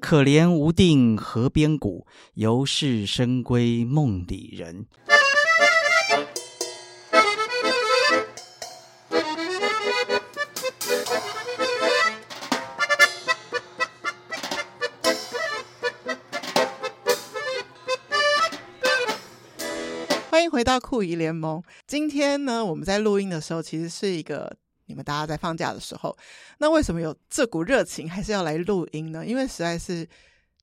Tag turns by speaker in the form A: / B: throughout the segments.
A: 可怜无定河边骨，犹是深闺梦里人。
B: 欢迎回到酷姨联盟。今天呢，我们在录音的时候，其实是一个你们大家在放假的时候。那为什么有这股热情，还是要来录音呢？因为实在是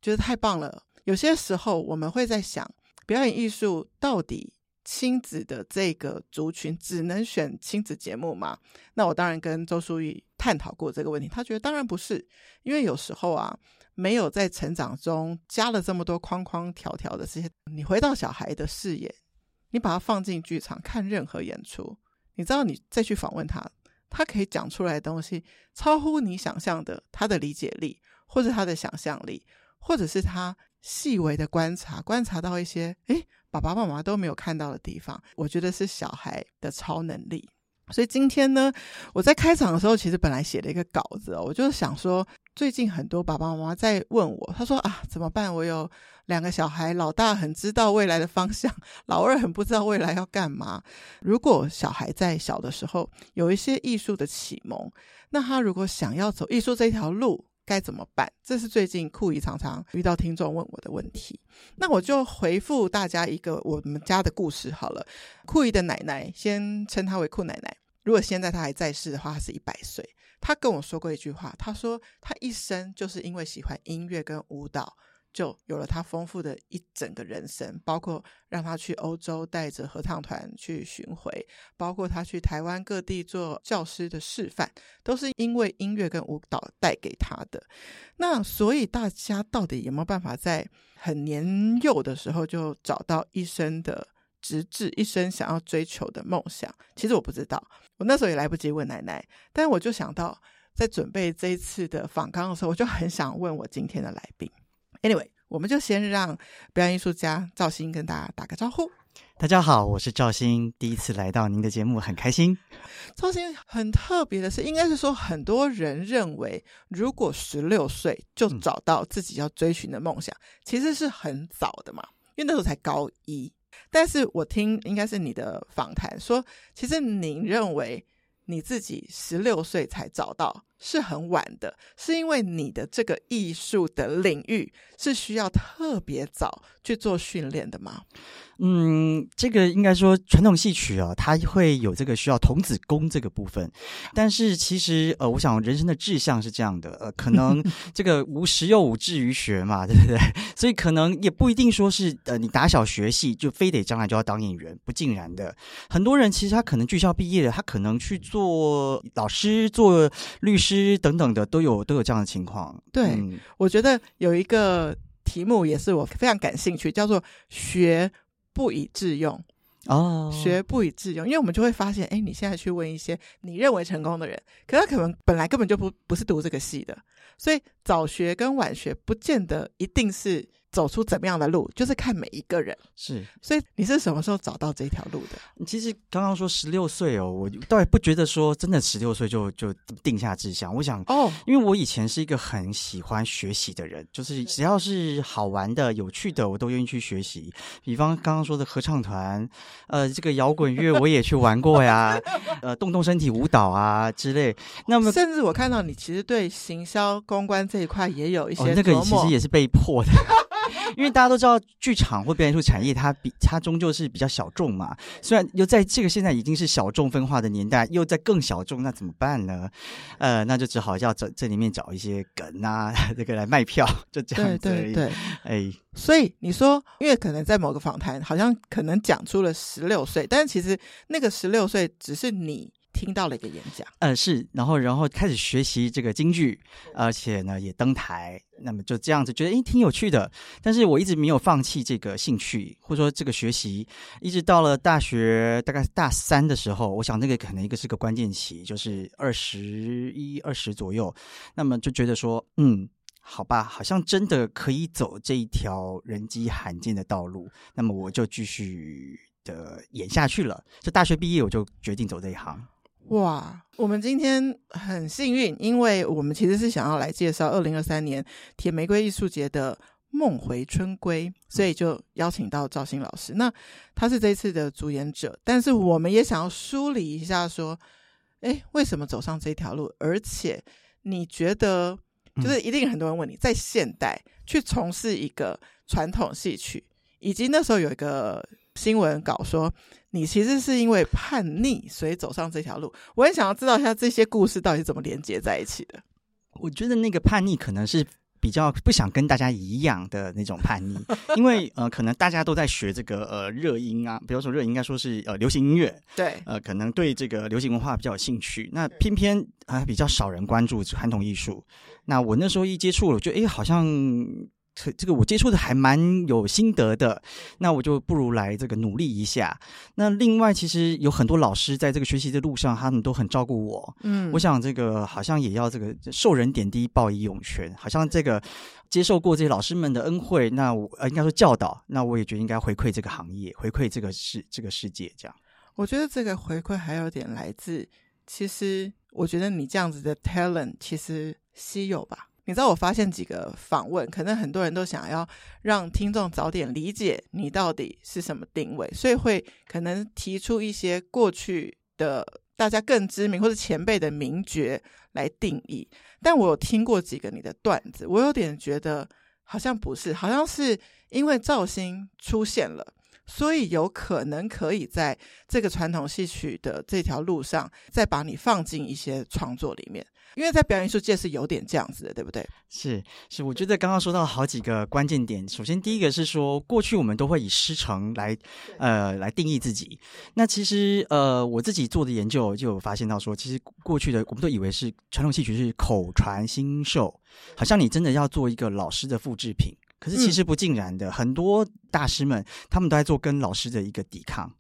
B: 觉得太棒了。有些时候，我们会在想，表演艺术到底亲子的这个族群只能选亲子节目吗？那我当然跟周淑玉探讨过这个问题，他觉得当然不是，因为有时候啊，没有在成长中加了这么多框框条条的这些，你回到小孩的视野，你把他放进剧场看任何演出，你知道你再去访问他，他可以讲出来的东西超乎你想象的，他的理解力，或者他的想象力，或者是他细微的观察，观察到一些诶爸爸妈妈都没有看到的地方，我觉得是小孩的超能力。所以今天呢，我在开场的时候，其实本来写了一个稿子、哦，我就想说，最近很多爸爸妈妈在问我，他说啊，怎么办？我有两个小孩，老大很知道未来的方向，老二很不知道未来要干嘛。如果小孩在小的时候有一些艺术的启蒙，那他如果想要走艺术这条路，该怎么办？这是最近酷姨常常遇到听众问我的问题。那我就回复大家一个我们家的故事好了。酷姨的奶奶，先称她为酷奶奶。如果现在她还在世的话，她是一百岁。她跟我说过一句话，她说她一生就是因为喜欢音乐跟舞蹈，就有了他丰富的一整个人生，包括让他去欧洲带着合唱团去巡回，包括他去台湾各地做教师的示范，都是因为音乐跟舞蹈带给他的。那所以大家到底有没有办法在很年幼的时候就找到一生的直至一生想要追求的梦想？其实我不知道，我那时候也来不及问奶奶，但我就想到，在准备这一次的访纲的时候，我就很想问我今天的来宾。Anyway，我们就先让表演艺术家赵鑫跟大家打个招呼。
A: 大家好，我是赵鑫，第一次来到您的节目，很开心。
B: 赵鑫很特别的是，应该是说很多人认为，如果十六岁就找到自己要追寻的梦想，其实是很早的嘛，因为那时候才高一。但是我听应该是你的访谈说，其实您认为你自己十六岁才找到是很晚的，是因为你的这个艺术的领域是需要特别早去做训练的吗？
A: 嗯，这个应该说传统戏曲啊，它会有这个需要童子功这个部分，但是其实呃，我想人生的志向是这样的，呃，可 能这个无十又无志于学嘛，对不对？ 所以可能也不一定说是呃，你打小学戏就非得将来就要当演员，不尽然的。很多人其实他可能剧校毕业的，他可能去做老师、做律师等等的，都有都有这样的情况。
B: 对
A: 嗯
B: 我觉得有一个题目也是我非常感兴趣，叫做“学不以致用”。
A: 哦，
B: 学不以致用，因为我们就会发现，哎，你现在去问一些你认为成功的人，可他可能本来根本就不不是读这个系的，所以早学跟晚学不见得一定是走出怎么样的路，就是看每一个人。
A: 是
B: 所以你是什么时候找到这条路的？
A: 其实刚刚说十六岁哦，我倒也不觉得说真的十六岁就就定下志向。我想，
B: 哦，
A: 因为我以前是一个很喜欢学习的人，就是只要是好玩的、有趣的，我都愿意去学习。比方刚刚说的合唱团，呃，这个摇滚乐我也去玩过呀，呃，动动身体舞蹈啊之类。那么。
B: 甚至我看到你其实对行销公关这一块也有一
A: 哦
B: 些，
A: 那个
B: 琢
A: 其
B: 磨。
A: 实也是被迫的， 因为大家都知道剧场或表演艺术产业，它比它终究是比较小众嘛。虽然又在这个现在已经是小众分化的年代，又在更小众，那怎么办呢？呃，那就只好要找这里面找一些梗啊， 这个来卖票，就这样
B: 对
A: 子而
B: 对
A: 已。
B: 对，
A: 哎，
B: 所以你说，因为可能在某个访谈，好像可能讲出了十六岁，但是其实那个十六岁只是你听到了一个演讲。
A: 呃，是，然后然后开始学习这个京剧，而且呢也登台，那么就这样子觉得诶挺有趣的，但是我一直没有放弃这个兴趣或者说这个学习，一直到了大学大概是大三的时候，我想那个可能一个是个关键期，就是二十一二十左右，那么就觉得说嗯。好吧，好像真的可以走这一条人迹罕见的道路，那么我就继续的演下去了。就大学毕业，我就决定走这一行。
B: 哇，我们今天很幸运，因为我们其实是想要来介绍二零二三年铁玫瑰艺术节的《梦回春归》，所以就邀请到赵鑫老师。那他是这次的主演者，但是我们也想要梳理一下，说，哎，为什么走上这条路？而且你觉得，就是一定很多人问你，在现代去从事一个传统戏曲，以及那时候有一个新闻稿说，你其实是因为叛逆，所以走上这条路。我很想要知道一下这些故事到底是怎么连接在一起的。
A: 我觉得那个叛逆可能是比较不想跟大家一样的那种叛逆，因为呃，可能大家都在学这个呃热音啊，比如说热音，应该说是呃流行音乐，
B: 对，
A: 呃，可能对这个流行文化比较有兴趣。那偏偏啊、比较少人关注传统艺术。那我那时候一接触了，我觉得诶好像这这个我接触的还蛮有心得的。那我就不如来这个努力一下。那另外，其实有很多老师在这个学习的路上，他们都很照顾我。
B: 嗯
A: 我想这个好像也要这个受人点滴报以涌泉，好像这个接受过这些老师们的恩惠，那我呃应该说教导，那我也觉得应该回馈这个行业，回馈这个世这个世界这样。
B: 我觉得这个回馈还有点来自，其实我觉得你这样子的 talent 其实稀有吧。你知道，我发现几个访问，可能很多人都想要让听众早点理解你到底是什么定位，所以会可能提出一些过去的大家更知名或者前辈的名角来定义。但我有听过几个你的段子，我有点觉得好像不是，好像是因为赵鑫出现了，所以有可能可以在这个传统戏曲的这条路上，再把你放进一些创作里面，因为在表演艺术界是有点这样子的，对不对？
A: 是是，我觉得刚刚说到好几个关键点。首先，第一个是说，过去我们都会以师承来，呃，来定义自己。那其实，呃，我自己做的研究就有发现到说，其实过去的我们都以为是传统戏曲是口传心授，好像你真的要做一个老师的复制品。可是其实不尽然的，很多大师们他们都在做跟老师的一个抵抗。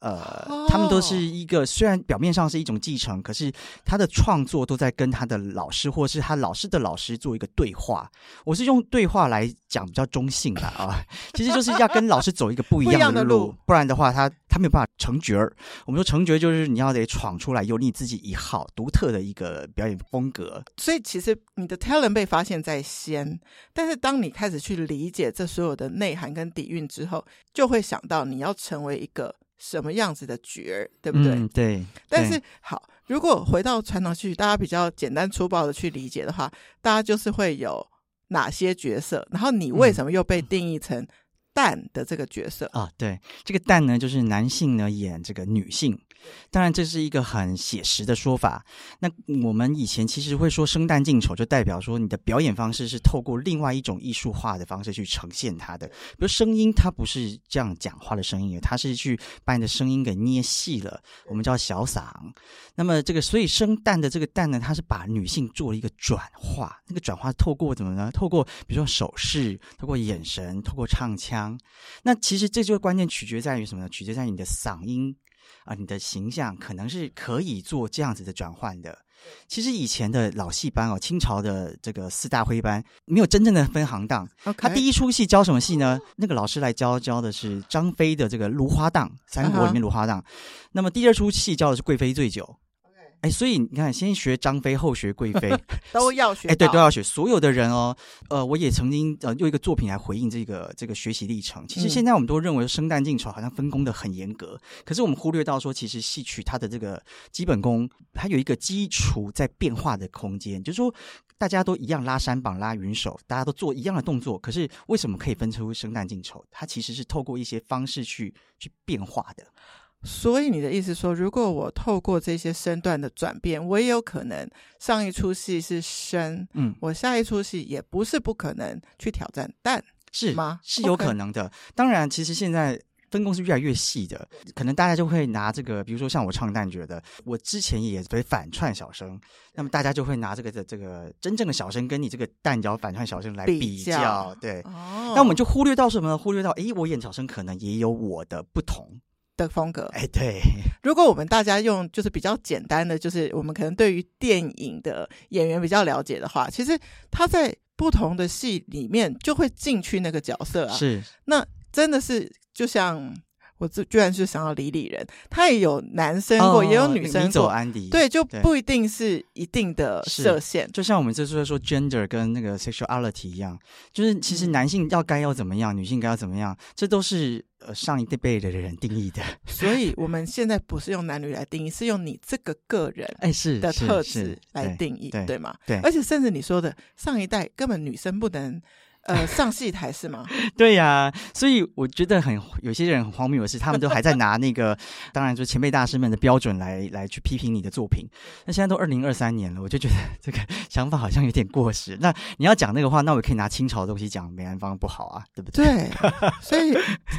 A: 呃，他们都是
B: 哦
A: 一个虽然表面上是一种继承，可是他的创作都在跟他的老师或是他老师的老师做一个对话。我是用对话来讲比较中性 的啊，其实就是要跟老师走一个不一
B: 不一样
A: 样
B: 的
A: 的
B: 路
A: 路，不然的话他他没有办法成角儿。我们说成角就是你要得闯出来，有你自己一号独特的一个表演风格。
B: 所以其实你的 talent 被发现在先，但是当你开始去理解这所有的内涵跟底蕴之后，就会想到你要成为一个什么样子的角儿，对不对？
A: 嗯，对。
B: 但
A: 对
B: 是好，如果回到传统戏曲，大家比较简单粗暴的去理解的话，大家就是会有哪些角色，然后你
A: 嗯
B: 为什么又被定义成蛋的这个角色？
A: 啊，对，这个蛋呢，就是男性呢演这个女性，当然这是一个很写实的说法。那我们以前其实会说生旦净丑，就代表说你的表演方式是透过另外一种艺术化的方式去呈现它的。比如声音，它不是这样讲话的声音，它是去把你的声音给捏细了，我们叫小嗓。那么这个，所以生旦的这个旦呢，它是把女性做了一个转化，那个转化透过怎么呢？透过比如说手势，透过眼神，透过唱腔，那其实这就关键取决在于什么呢？取决在于你的嗓音啊、你的形象可能是可以做这样子的转换的。其实以前的老戏班哦，清朝的这个四大徽班没有真正的分行当，他第
B: 一
A: 一出戏教什么戏呢？那个老师来教教的是张飞的这个《芦花荡》，三国里面《芦花荡》那么第二出戏教的是《贵妃醉酒》。哎，所以你看，先学张飞，后学贵妃，
B: 都要学到，
A: 哎，对，都要学。所有的人哦，呃，我也曾经呃用一个作品来回应这个这个学习历程。其实
B: 嗯
A: 现在我们都认为生旦净丑好像分工的很严格，可是我们忽略到说，其实戏曲它的这个基本功，它有一个基础在变化的空间，就是说。大家都一样拉山膀、拉云手，大家都做一样的动作，可是为什么可以分出生旦净丑？它其实是透过一些方式去去变化的。
B: 所以你的意思说，如果我透过这些身段的转变，我也有可能上一出戏是生，
A: 嗯，
B: 我下一出戏也不是不可能去挑战蛋。
A: 是
B: 吗
A: 是有
B: OK
A: 可能的。当然，其实现在。分工是越来越细的，可能大家就会拿这个，比如说像我唱旦觉得，我之前也被反串小生，那么大家就会拿这个的这个真正的小生跟你这个旦角反串小生来
B: 比
A: 比
B: 较
A: 较，对。
B: 哦
A: 那我们就忽略到什么呢？忽略到，诶，我演小生可能也有我的不同，
B: 的风格，
A: 哎， 对，
B: 如果我们大家用就是比较简单的，就是我们可能对于电影的演员比较了解的话，其实他在不同的戏里面就会进去那个角色啊。
A: 是
B: 真的是就像我自居然是想要理理人，他也有男生过，
A: 哦
B: 也有女
A: 那个
B: 生
A: 你走
B: 过，
A: 安迪，，
B: 对，就
A: 对
B: 不一定是一定的
A: 是
B: 设限。
A: 就像我们这次在说 gender 跟那个 sexuality 一样，就是其实
B: 嗯
A: 男性要该要怎么样，女性该要怎么样，这都是呃上一辈的人定义的。
B: 所以我们现在不是用男女来定义，是用你这个个人
A: 哎，是
B: 的
A: 是
B: 特
A: 是
B: 质来
A: 对
B: 定义，
A: 对
B: 对吗？
A: 对
B: 而且甚至你说的上一代根本女生不能呃上戏台是吗？
A: 对呀、所以我觉得很有些人很荒谬的是，他们都还在拿那个，当然就前辈大师们的标准来 来去批评你的作品。那现在都二零二三年了，我就觉得这个想法好像有点过时。那你要讲那个话，那我可以拿清朝的东西讲梅兰芳不好啊，对不对？
B: 对，所以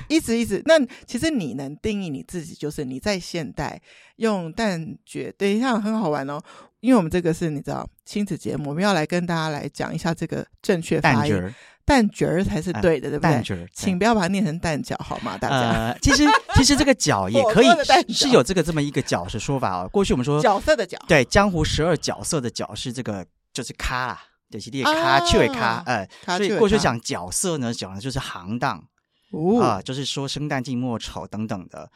B: 一直一直，那其实你能定义你自己，就是你在现代用但觉对，像很好玩哦，因为我们这个是你知道亲子节目，我们要来跟大家来讲一下这个正确
A: 蛋
B: 发
A: 角
B: 音，
A: 儿，
B: 蛋角儿才是
A: 哎
B: 对的，对不
A: 蛋
B: 对？
A: 角儿，
B: 请不要把它念成蛋角好吗？大家、
A: 呃， 其实其实这个角也可以
B: 我说的蛋角
A: 是有这个这么一个角是说法哦。过去我们说
B: 角色的角，
A: 对江湖十二角色的角是这个就是咖啦，就是列咖、
B: 啊
A: 趣味咖，呃，
B: 卡
A: 所以
B: 丘尔
A: 过去
B: 卡
A: 讲角色呢，讲的就是行当
B: 哦
A: 啊、就是说生旦净末丑等等的，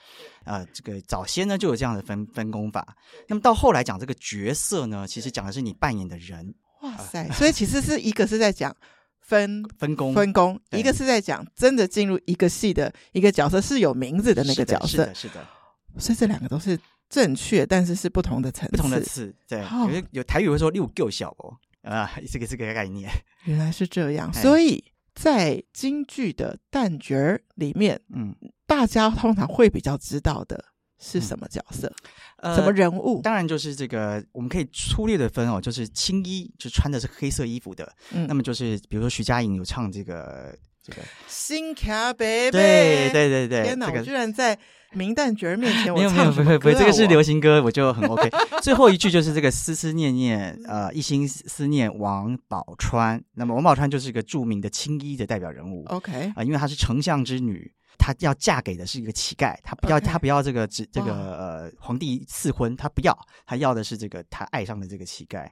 A: 呃，这个早先呢就有这样的分分工法。那么到后来讲这个角色呢，其实讲的是你扮演的人
B: 哇塞！所以其实是一个是在讲分
A: 分工
B: 分工，
A: 对
B: 一个是在讲真的进入一个戏的一个角色是有名字的那个角
A: 是
B: 色
A: 的，，是的，是的
B: 所以这两个都是正确，但是是不同的层次。
A: 不同的次，对，
B: 哦
A: 有些有台语会说六够小哦，啊、这个这个概念，
B: 原来是这样，
A: 哎
B: 所以在京剧的旦角儿里面，
A: 嗯，
B: 大家通常会比较知道的是什么角色、
A: 呃
B: 什么人物？
A: 当然就是这个，我们可以粗略的分哦，就是青衣就穿的是黑色衣服的，
B: 嗯
A: 那么就是比如说徐佳莹有唱这个这个，
B: 新卡贝贝，
A: 对对对对，
B: 天哪！
A: 这
B: 我
A: 个
B: 居然在明旦角儿面前，
A: 没
B: 我
A: 有没有
B: 唱
A: 不
B: 什么
A: 会不
B: 歌
A: 会，
B: 啊？
A: 这个是
B: 我
A: 流行歌，我就很 OK。最后一句就是这个思思念念，呃，
B: 嗯
A: 一心思念王宝钏。那么王宝钏就是一个著名的青衣的代表人物啊、
B: OK，
A: 因为她是丞相之女。她要嫁给的是一个乞丐，她不要
B: OK
A: 她不要这个只这个
B: 哇
A: 呃皇帝赐婚，她不要，她要的是这个她爱上的这个乞丐，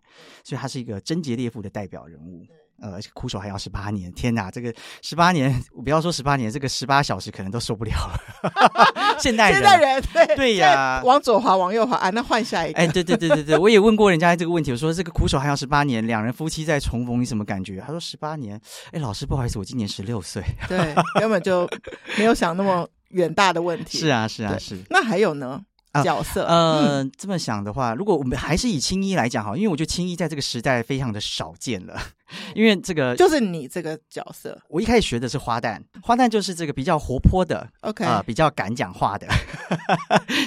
A: 所以她是一个贞洁烈妇的代表人物。呃，而且苦守还要十八年，天哪，这个十八年，我不要说十八年，这个十八小时可能都受不了了。 现代人，
B: 现代人对
A: 对
B: 现在
A: 呀
B: 往左滑，往右滑啊，那换下一个。
A: 哎，对对对对对，我也问过人家这个问题，我说这个苦守还要十八年，两人夫妻再重逢，你什么感觉？他说十八年，哎，老师不好意思，我今年十六岁。
B: 对，根本就没有想那么远大的问题。
A: 是啊，是啊，
B: 对
A: 是。
B: 那还有呢
A: 啊？
B: 角色，嗯，
A: 呃，这么想的话，如果我们还是以青衣来讲哈，因为我觉得青衣在这个时代非常的少见了， 因为这个
B: 就是你这个角色
A: 我一开始学的是花旦，花旦就是这个比较活泼的，
B: ，OK，
A: 啊，比较敢讲话的，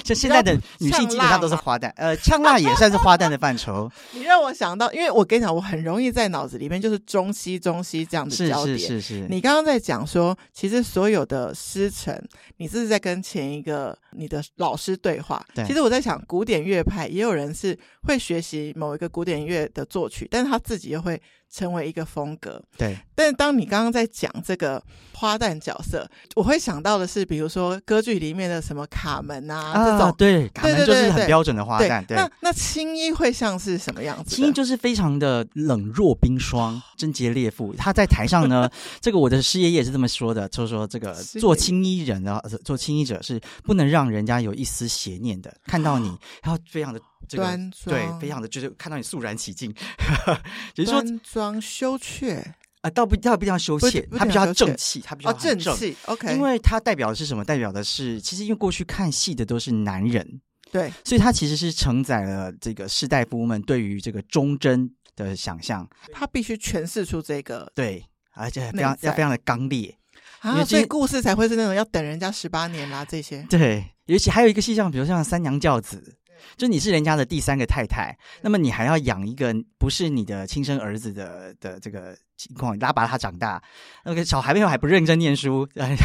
A: 像现在的女性基本上都是花
B: 啊
A: 旦，呃，呛辣也算是花旦的范 畴，
B: 你让我想到，因为我跟你讲，我很容易在脑子里面就是中西中西这样子
A: 是
B: 交叠。
A: 是是是，
B: 你刚刚在讲说，其实所有的师承，你这是在跟前一个你的老师对话。
A: 对
B: 其实我在想，古典乐派也有人是会学习某一个古典乐的作曲，但是他自己又会成为一个风格。
A: 对
B: 但当你刚刚在讲这个花旦角色，我会想到的是，比如说歌剧里面的什么卡门啊这种。
A: 对，卡门
B: 对对
A: 就是
B: 对
A: 很
B: 对
A: 标准的花
B: 对
A: 旦，，对。
B: 那那青衣会像是什么样子的？
A: 青衣就是非常的冷若冰
B: 哦
A: 霜，贞洁烈妇。她在台上 呢，这个我的师爷也是这么说的，就是说这个
B: 师爷
A: 做青衣人呢，呃做青衣者是不能让人家有一丝邪念的，看到你，然后非常的这个。
B: 哦端庄，
A: 对，非常的就是看到你肃然起 敬，只是说
B: 端庄羞怯哦
A: 啊，倒不倒不一定要羞
B: 不
A: 怯，
B: 不
A: 他比
B: 讲
A: 较
B: 羞
A: 正
B: 怯
A: 气，他比较
B: 哦，
A: 很
B: 正
A: 正，
B: 气。OK，
A: 因为他代表的是什么？代表的是，其实因为过去看戏的都是男人，
B: 对
A: 所以它其实是承载了这个士大夫们对于这个忠贞的想象，
B: 他必须诠释出这个
A: 对，而且非
B: 内
A: 常要
B: 在
A: 非常的刚烈，因为
B: 啊，
A: 这
B: 所以故事才会是那种要等人家十八年啦这些。
A: 对，尤其还有一个细项，比如像三娘教子，就你是人家的第三个太太，那么你还要养一个不是你的亲生儿子的的这个情况，拉拔他长大，那个小孩朋友还不认真念书，哎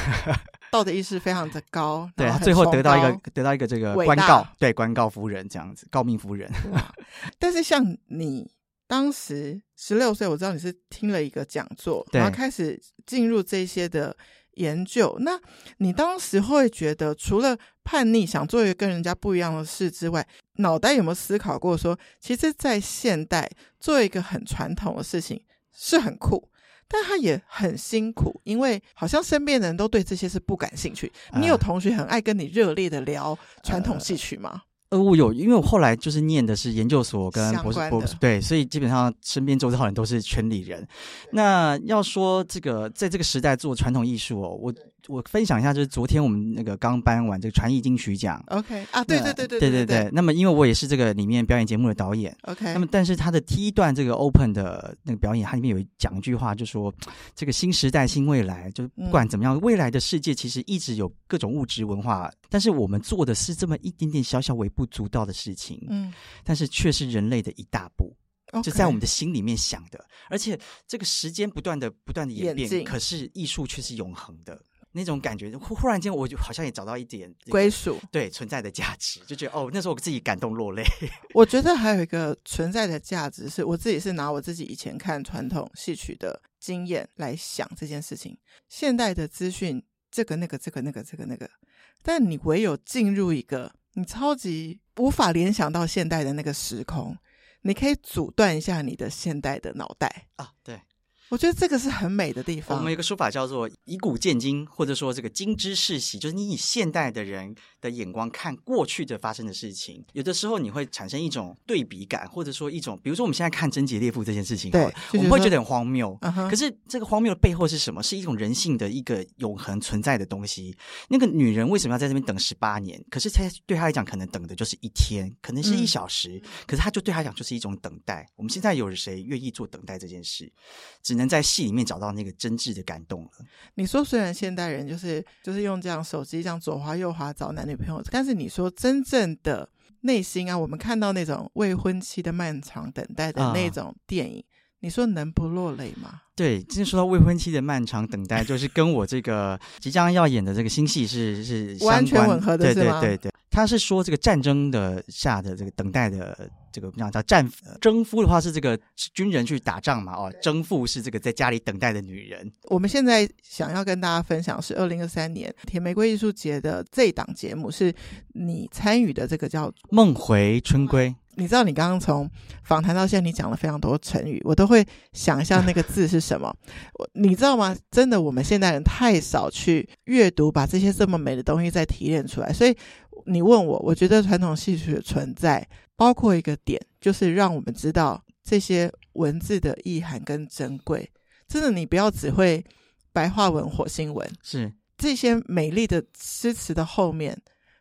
B: 道德意识非常的高，
A: 对
B: 然
A: 他
B: 后很
A: 最后
B: 崇
A: 得到一
B: 高
A: 个得到一个这个
B: 伟
A: 官
B: 大
A: 告，对官告夫人这样子，诰命夫人，
B: 哇！但是像你当时十六岁，我知道你是听了一个讲座，
A: 对
B: 然后开始进入这些的研究。那你当时会觉得，除了叛逆想做一个跟人家不一样的事之外，脑袋有没有思考过说，其实，在现代做一个很传统的事情是很酷，但他也很辛苦，因为好像身边的人都对这些是不感兴趣。你有
A: 啊
B: 同学很爱跟你热烈的聊传统戏曲吗？
A: 呃，我有，因为我后来就是念的是研究所跟
B: 相
A: 博士
B: 关
A: 博
B: 的
A: 士，对，所以基本上身边周遭的人都是圈里人。那要说这个在这个时代做传统艺术哦，我我分享一下，就是昨天我们那个刚颁完这个传艺金曲奖。
B: OK 啊，对对
A: 那
B: 对
A: 对
B: 对
A: 对
B: 对
A: 那么因为我也是这个里面表演节目的导演，
B: ，OK
A: 那么但是他的第一段这个 open 的那个表演，它里面有一讲一句话，就说这个新时代新未来，就是不
B: 嗯
A: 管怎么样，未来的世界其实一直有各种物质文化，但是我们做的是这么一点点小小微不足道的事情，
B: 嗯，
A: 但是却是人类的一大步，就
B: OK
A: 在我们的心里面想的。而且这个时间不断的不断的演
B: 演
A: 变，
B: 进
A: 可是艺术却是永恒的。那种感觉，忽忽然间，我就好像也找到一点这个
B: 归属。
A: 对存在的价值，就觉得哦，那时候我自己感动落泪。
B: 我觉得还有一个存在的价值是，我自己是拿我自己以前看传统戏曲的经验来想这件事情。现代的资讯，这个那个这个那个这个那个，但你唯有进入一个你超级无法联想到现代的那个时空，你可以阻断一下你的现代的脑袋。
A: 啊，对，
B: 我觉得这个是很美的地
A: 我
B: 方
A: 们。有个说法叫做“以古鉴今”，或者说这个“今之世袭”，就是你以现代的人的眼光看过去的发生的事情，有的时候你会产生一种对比感，或者说一种，比如说我们现在看《贞洁烈妇》这件事情好
B: 对
A: 了，我
B: 就觉
A: 们会
B: 得
A: 觉得很荒谬。
B: 嗯哼
A: 可是这个荒谬的背后是什么？是一种人性的一个永恒存在的东西。那个女人为什么要在这边等十八年？可是她对她来讲，可能等的就是一天，可能是一
B: 嗯
A: 小时，可是她就对她来讲就是一种等待。我们现在有谁愿意做等待这件事？只能在戏里面找到那个真挚的感动了。
B: 你说虽然现代人就是就是用这样手机这样左滑右滑找男女朋友，但是你说真正的内心啊，我们看到那种未婚妻的漫长等待的
A: 啊
B: 那种电影，你说能不落泪吗？
A: 对，今天说到未婚妻的漫长等待，就是跟我这个即将要演的这个新戏是是相关
B: 完全吻合的是
A: 对
B: 吗
A: 对对对，他是说这个战争的下的这个等待的这个，那叫战呃征夫的话是这个军人去打仗嘛，哦，征服是这个在家里等待的女人。
B: 我们现在想要跟大家分享是二零二三年铁玫瑰艺术节的这一档节目，是你参与的这个叫
A: 梦回春归，
B: 你知道，你刚刚从访谈到现在，你讲了非常多成语，我都会想一下那个字是什么。 我你知道吗？真的，我们现代人太少去阅读，把这些这么美的东西再提炼出来。所以你问我，我觉得传统戏曲的存在，包括一个点，就是让我们知道这些文字的意涵跟珍贵。真的，你不要只会白话文、火星文，
A: 是
B: 这些美丽的诗词的后面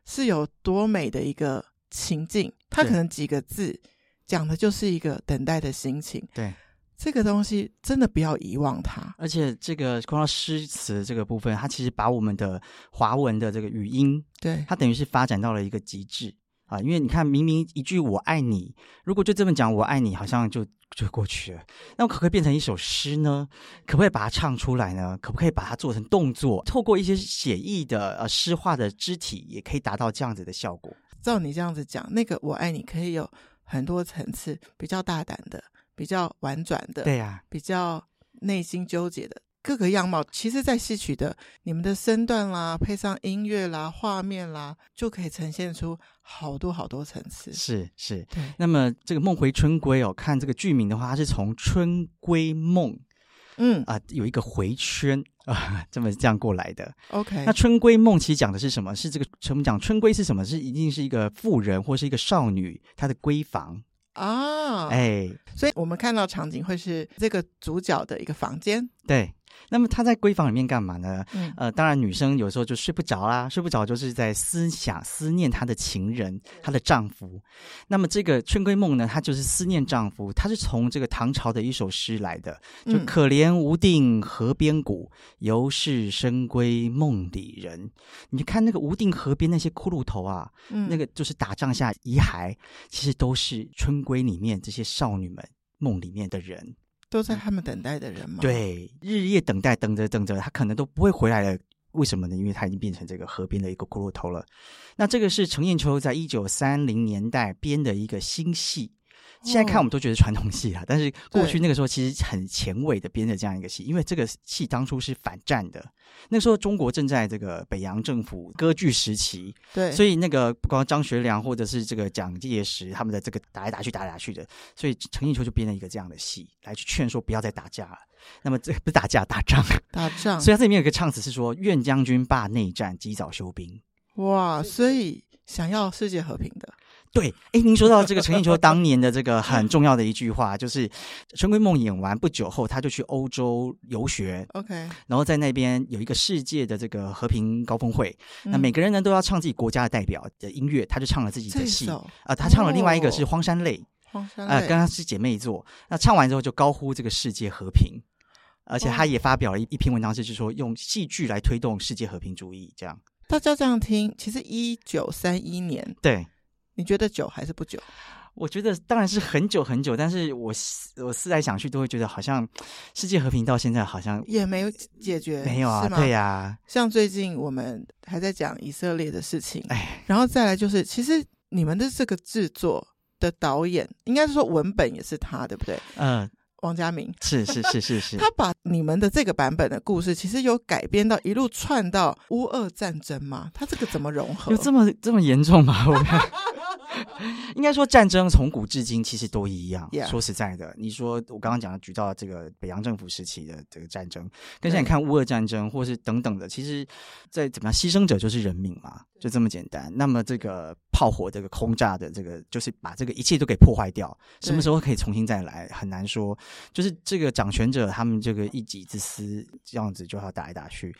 B: 是有多美的一个情境，它可
A: 对
B: 能几个字讲的就是一个等待的心情。
A: 对，
B: 这个东西真的不要遗忘它。
A: 而且这个光到诗词这个部分，它其实把我们的华文的这个语音
B: 对，
A: 它等于是发展到了一个极致啊！因为你看，明明一句“我爱你”，如果就这么讲“我爱你”，好像就就过去了。那我可不可以变成一首诗呢？可不可以把它唱出来呢？可不可以把它做成动作？透过一些写意的呃诗化的肢体，也可以达到这样子的效果。
B: 照你这样子讲，那个“我爱你”可以有很多层次，比较大胆的，比较婉转的，
A: 对啊呀、
B: 比较内心纠结的各个样貌，其实，在戏曲的你们的身段啦，配上音乐啦、画面啦，就可以呈现出好多好多层次。
A: 是是。
B: 对，
A: 那么这个梦回春归哦，看这个剧名的话，它是从春归梦
B: 嗯
A: 啊、有一个回圈啊、这么这样过来的。
B: ，OK，
A: 那春闺梦其实讲的是什么？是这个我们讲春闺是什么？是一定是一个妇人或是一个少女她的闺房。
B: 啊，
A: 哎，
B: 所以我们看到场景会是这个主角的一个房间，
A: 对。那么她在闺房里面干嘛呢？
B: 嗯
A: 呃，当然女生有时候就睡不着啦，睡不着就是在思想思念她的情人，她的丈夫。那么这个春闺梦呢，她就是思念丈夫，她是从这个唐朝的一首诗来的，就
B: 嗯
A: 可怜无定河边骨，犹是深闺梦里人。你看那个无定河边那些骷髅头啊，
B: 嗯
A: 那个就是打仗下遗骸，其实都是春闺里面这些少女们梦里面的人，
B: 都在他们等待的人嘛，，
A: 对，日夜等待，等着等着，她可能都不会回来了。为什么呢？因为她已经变成这个河边的一个骷髅头了。那这个是陈彦秋在一九三零年代编的一个新戏，现在看我们都觉得传统戏啊，但是过去那个时候其实很前卫的编的这样一个戏，因为这个戏当初是反战的，那时候中国正在这个北洋政府割据时期，
B: 对，
A: 所
B: 以
A: 以那个不光张学良或者是这个蒋介石他们的这个打来打去打来打去的，所以陈奕秋就编了一个这样的戏来去劝说不要再打架了。那么这不是打架打仗，
B: 打仗
A: 所以它这里面有一个唱词是说“愿将军罢内战，及早休兵”。
B: 哇，所以想要世界和平的，
A: 对，哎，您说到这个陈奕秋当年的这个很重要的一句话，就是《春闺梦》演完不久后，他就去欧洲游学，
B: OK，
A: 然后在那边有一个世界的这个和平高峰会，那
B: 嗯
A: 每个人呢都要唱自己国家的代表的音乐，他就唱了自己
B: 这
A: 的戏，
B: 首
A: 啊，他唱了另外一个是《
B: 哦
A: 荒山泪》，
B: 荒山
A: 啊，
B: 泪
A: 跟他是姐妹作。那唱完之后就高呼这个世界和平，而且他
B: 哦
A: 也发表了一一篇文章，就是说用戏剧来推动世界和平主义，这样
B: 大家这样听，其实一九三一年，
A: 对。
B: 你觉得久还是不久？
A: 我觉得当然是很久很久，但是我思我思来想去，都会觉得好像世界和平到现在好像
B: 也没有解决，
A: 没有啊，
B: 呃是吗
A: 对呀、
B: 像最近我们还在讲以色列的事情，
A: 哎，
B: 然后再来就是，其实你们的这个制作的导演，应该是说文本也是他，对不对？
A: 嗯、
B: 王家明，
A: 是是是是 是，
B: 他把你们的这个版本的故事，其实有改编到一路串到乌俄战争嘛？他这个怎么融合
A: 有？这么这么严重吗？ 我 应该说战争从古至今其实都一样。
B: Yeah
A: 说实在的，你说我刚刚讲的举到这个北洋政府时期的这个战争，
B: 对
A: 跟现在你看乌俄战争或是等等的，其实在怎么样，牺牲者就是人民嘛，就这么简单。那么这个炮火、这个轰炸的这个，就是把这个一切都给破坏掉，
B: 对
A: 什么时候可以重新再来，很难说。就是这个掌权者他们这个一己之私，这样子就要打来打去。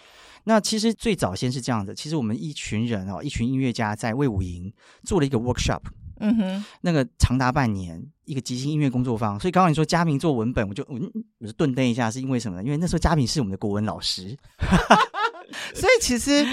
A: 那其实最早先是这样子，其实我们一群人哦，一群音乐家在魏武营做了一个 workshop，
B: 嗯哼，
A: 那个长达半年，一个即兴音乐工作坊。所以刚刚你说佳明做文本，我就嗯，我就顿顿一下，是因为什么呢？因为那时候佳明是我们的国文老师，
B: 所以其实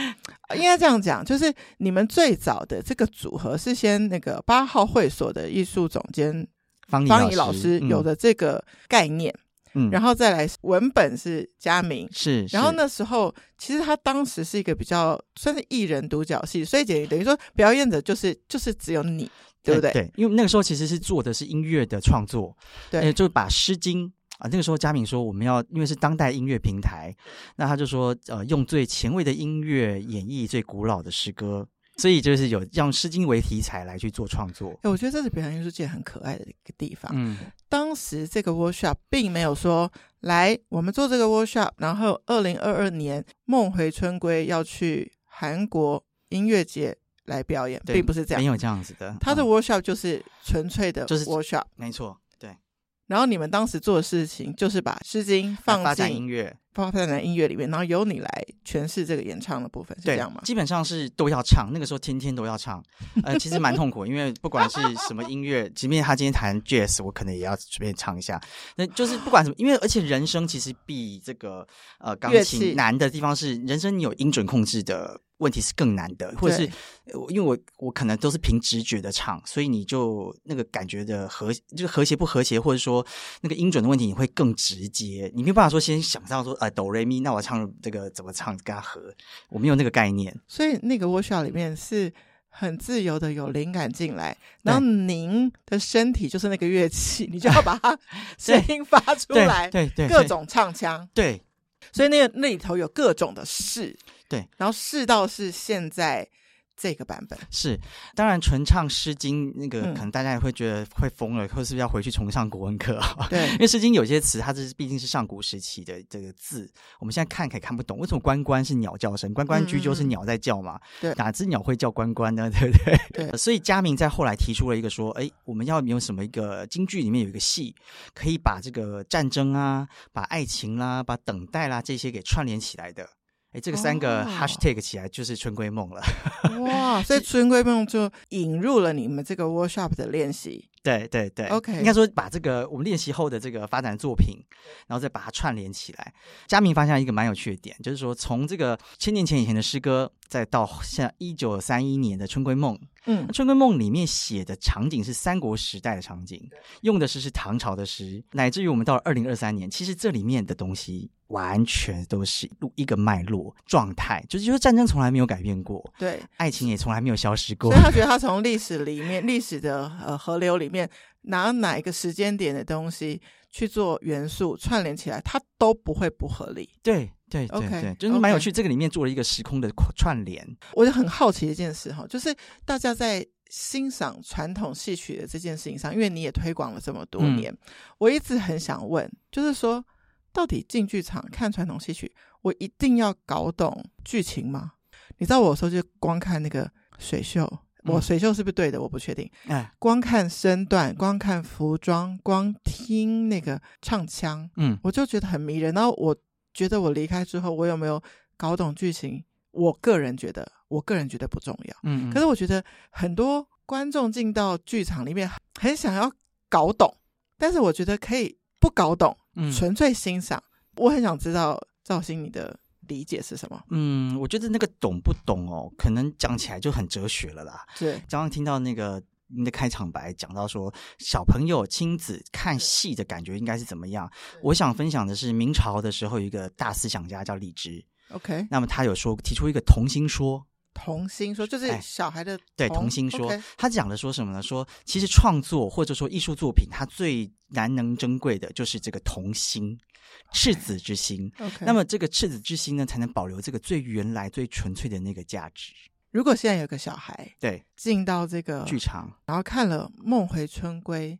B: 呃应该这样讲，就是你们最早的这个组合是先那个八号会所的艺术总监
A: 方怡
B: 方怡老
A: 老
B: 师有，的这个概念，
A: 嗯嗯，嗯
B: 然后再来文本是佳明。
A: 是，
B: 然后
A: 是？
B: 那时候，其实他当时是一个比较算是艺人独角戏，所以等于等于说表演者就是就是只有你，对不对？
A: 对，因为那个时候其实是做的是音乐的创作，
B: 对
A: 呃就把《诗经》啊，那个时候佳明说我们要，因为是当代音乐平台，那他就说，呃，用最前卫的音乐演绎最古老的诗歌，所以就是有用《诗经》为题材来去做创作。
B: 哎我觉得这是表演艺术界很可爱的一个地方。
A: 嗯，
B: 当时这个 workshop 并没有说来我们做这个 workshop，然后二零二二年梦回春归要去韩国音乐节来表演，
A: 对
B: 并不是这
A: 没
B: 样。
A: 有这样子的，
B: 他的
A: 嗯
B: workshop 就是纯粹的
A: 就是
B: workshop，
A: 没错，对，
B: 然后你们当时做的事情就是把《诗经》
A: 发
B: 放
A: 展音
B: 进
A: 乐，
B: 发展的音乐里面，然后由你来诠释这个演唱的部分，是这
A: 对
B: 样吗，？
A: 基本上是都要唱，那个时候天天都要唱，呃，其实蛮痛苦，因为不管是什么音乐，即便他今天弹 jazz，我可能也要随便唱一下。那就是不管什么，因为而且人声其实比这个呃钢
B: 乐器
A: 琴难的地方是，人声你有音准控制的问题是更难的，或者是
B: 对
A: 呃因为我我可能都是凭直觉的唱，所以你就那个感觉的和就是和谐不和谐，或者说那个音准的问题，你会更直接，你没有办法说先想到说呃哆瑞咪，那我唱这个怎么唱跟它合，我没有那个概念。
B: 所以那个 workshop 里面是很自由的，有灵感进来，然后您的身体就是那个乐器，你就要 把它声音发出
A: 对
B: 来，
A: 对对，
B: 各
A: 所以
B: 种唱腔。
A: 对
B: 所以那个那里头有各种的试，
A: 对，
B: 然后试到是现在这个版本，
A: 是，当然纯唱《诗经》那个
B: 嗯
A: 可能大家也会觉得会疯了，或是要回去重上国文课、
B: 对
A: 因为《诗经》有些词，它这是毕竟是上古时期的这个字，我们现在看可以看不懂。为什么“关关”是鸟叫声，“关关雎鸠”是
B: 嗯嗯嗯
A: 鸟在叫嘛？
B: 对
A: 哪只鸟会叫关关呢？ 对不对？
B: 对
A: 所以佳明在后来提出了一个说，哎，我们要有什么一个京剧里面有一个戏，可以把这个战争啊、把爱情啦、把等待啦这些给串联起来的。哎，这个三个
B: 哦
A: hashtag 起来就是《春闺梦》了。
B: 哇！所以春闺梦就引入了你们这个 workshop 的练习，
A: 对对对
B: OK
A: 应该说把这个我们练习后的这个发展作品，然后再把它串联起来。佳明发现一个蛮有趣的点，就是说从这个千年前以前的诗歌，再到像一九三一年的《春闺梦》，
B: 嗯
A: 那《春闺梦》里面写的场景是三国时代的场景，用的诗是唐朝的诗，乃至于我们到了二零二三年，其实这里面的东西完全都是一个脉络状态，就是说战争从来没有改变过，
B: 对，
A: 爱情也从来没有消失过
B: 所以。他觉得他从历史里面、历史的呃河流里面拿哪一个时间点的东西去做元素串联起来，它都不会不合理。
A: 对对对
B: OK，
A: 对，就是蛮有
B: OK
A: 趣。这个里面做了一个时空的串联，
B: 我就很好奇一件事哈，就是大家在欣赏传统戏曲的这件事情上，因为你也推广了这么多年，我一直很想问，就是说，到底进剧场看传统戏曲，我一定要搞懂剧情吗？你知道我有时候就光看那个水袖，我
A: 嗯
B: 水袖是不是对的，我不确定。
A: 哎，
B: 光看身段，光看服装，光听那个唱腔，
A: 嗯，
B: 我就觉得很迷人。然后我觉得我离开之后，我有没有搞懂剧情？我个人觉得，我个人觉得不重要。
A: 嗯，
B: 可是我觉得很多观众进到剧场里面，很想要搞懂，但是我觉得可以不搞懂，
A: 嗯
B: 纯粹欣赏。我很想知道赵鑫你的理解是什么？
A: 嗯，我觉得那个懂不懂哦，可能讲起来就很哲学了啦。
B: 对，
A: 刚刚听到那个您的开场白讲到说，小朋友亲子看戏的感觉应该是怎么样？我想分享的是明朝的时候有一个大思想家叫李直，
B: OK，
A: 那么他有说提出一个童心说，
B: 童心说就是
A: 哎
B: 小孩的
A: 对童心说
B: 哦 OK，
A: 他讲的说什么呢？说其实创作或者说艺术作品，它最难能珍贵的就是这个童心，赤子之心。
B: OK，
A: 那么这个赤子之心呢，才能保留这个最原来、最纯粹的那个价值。
B: 如果现在有个小孩
A: 对，
B: 进到这个
A: 剧场。
B: 然后看了《梦回春归》，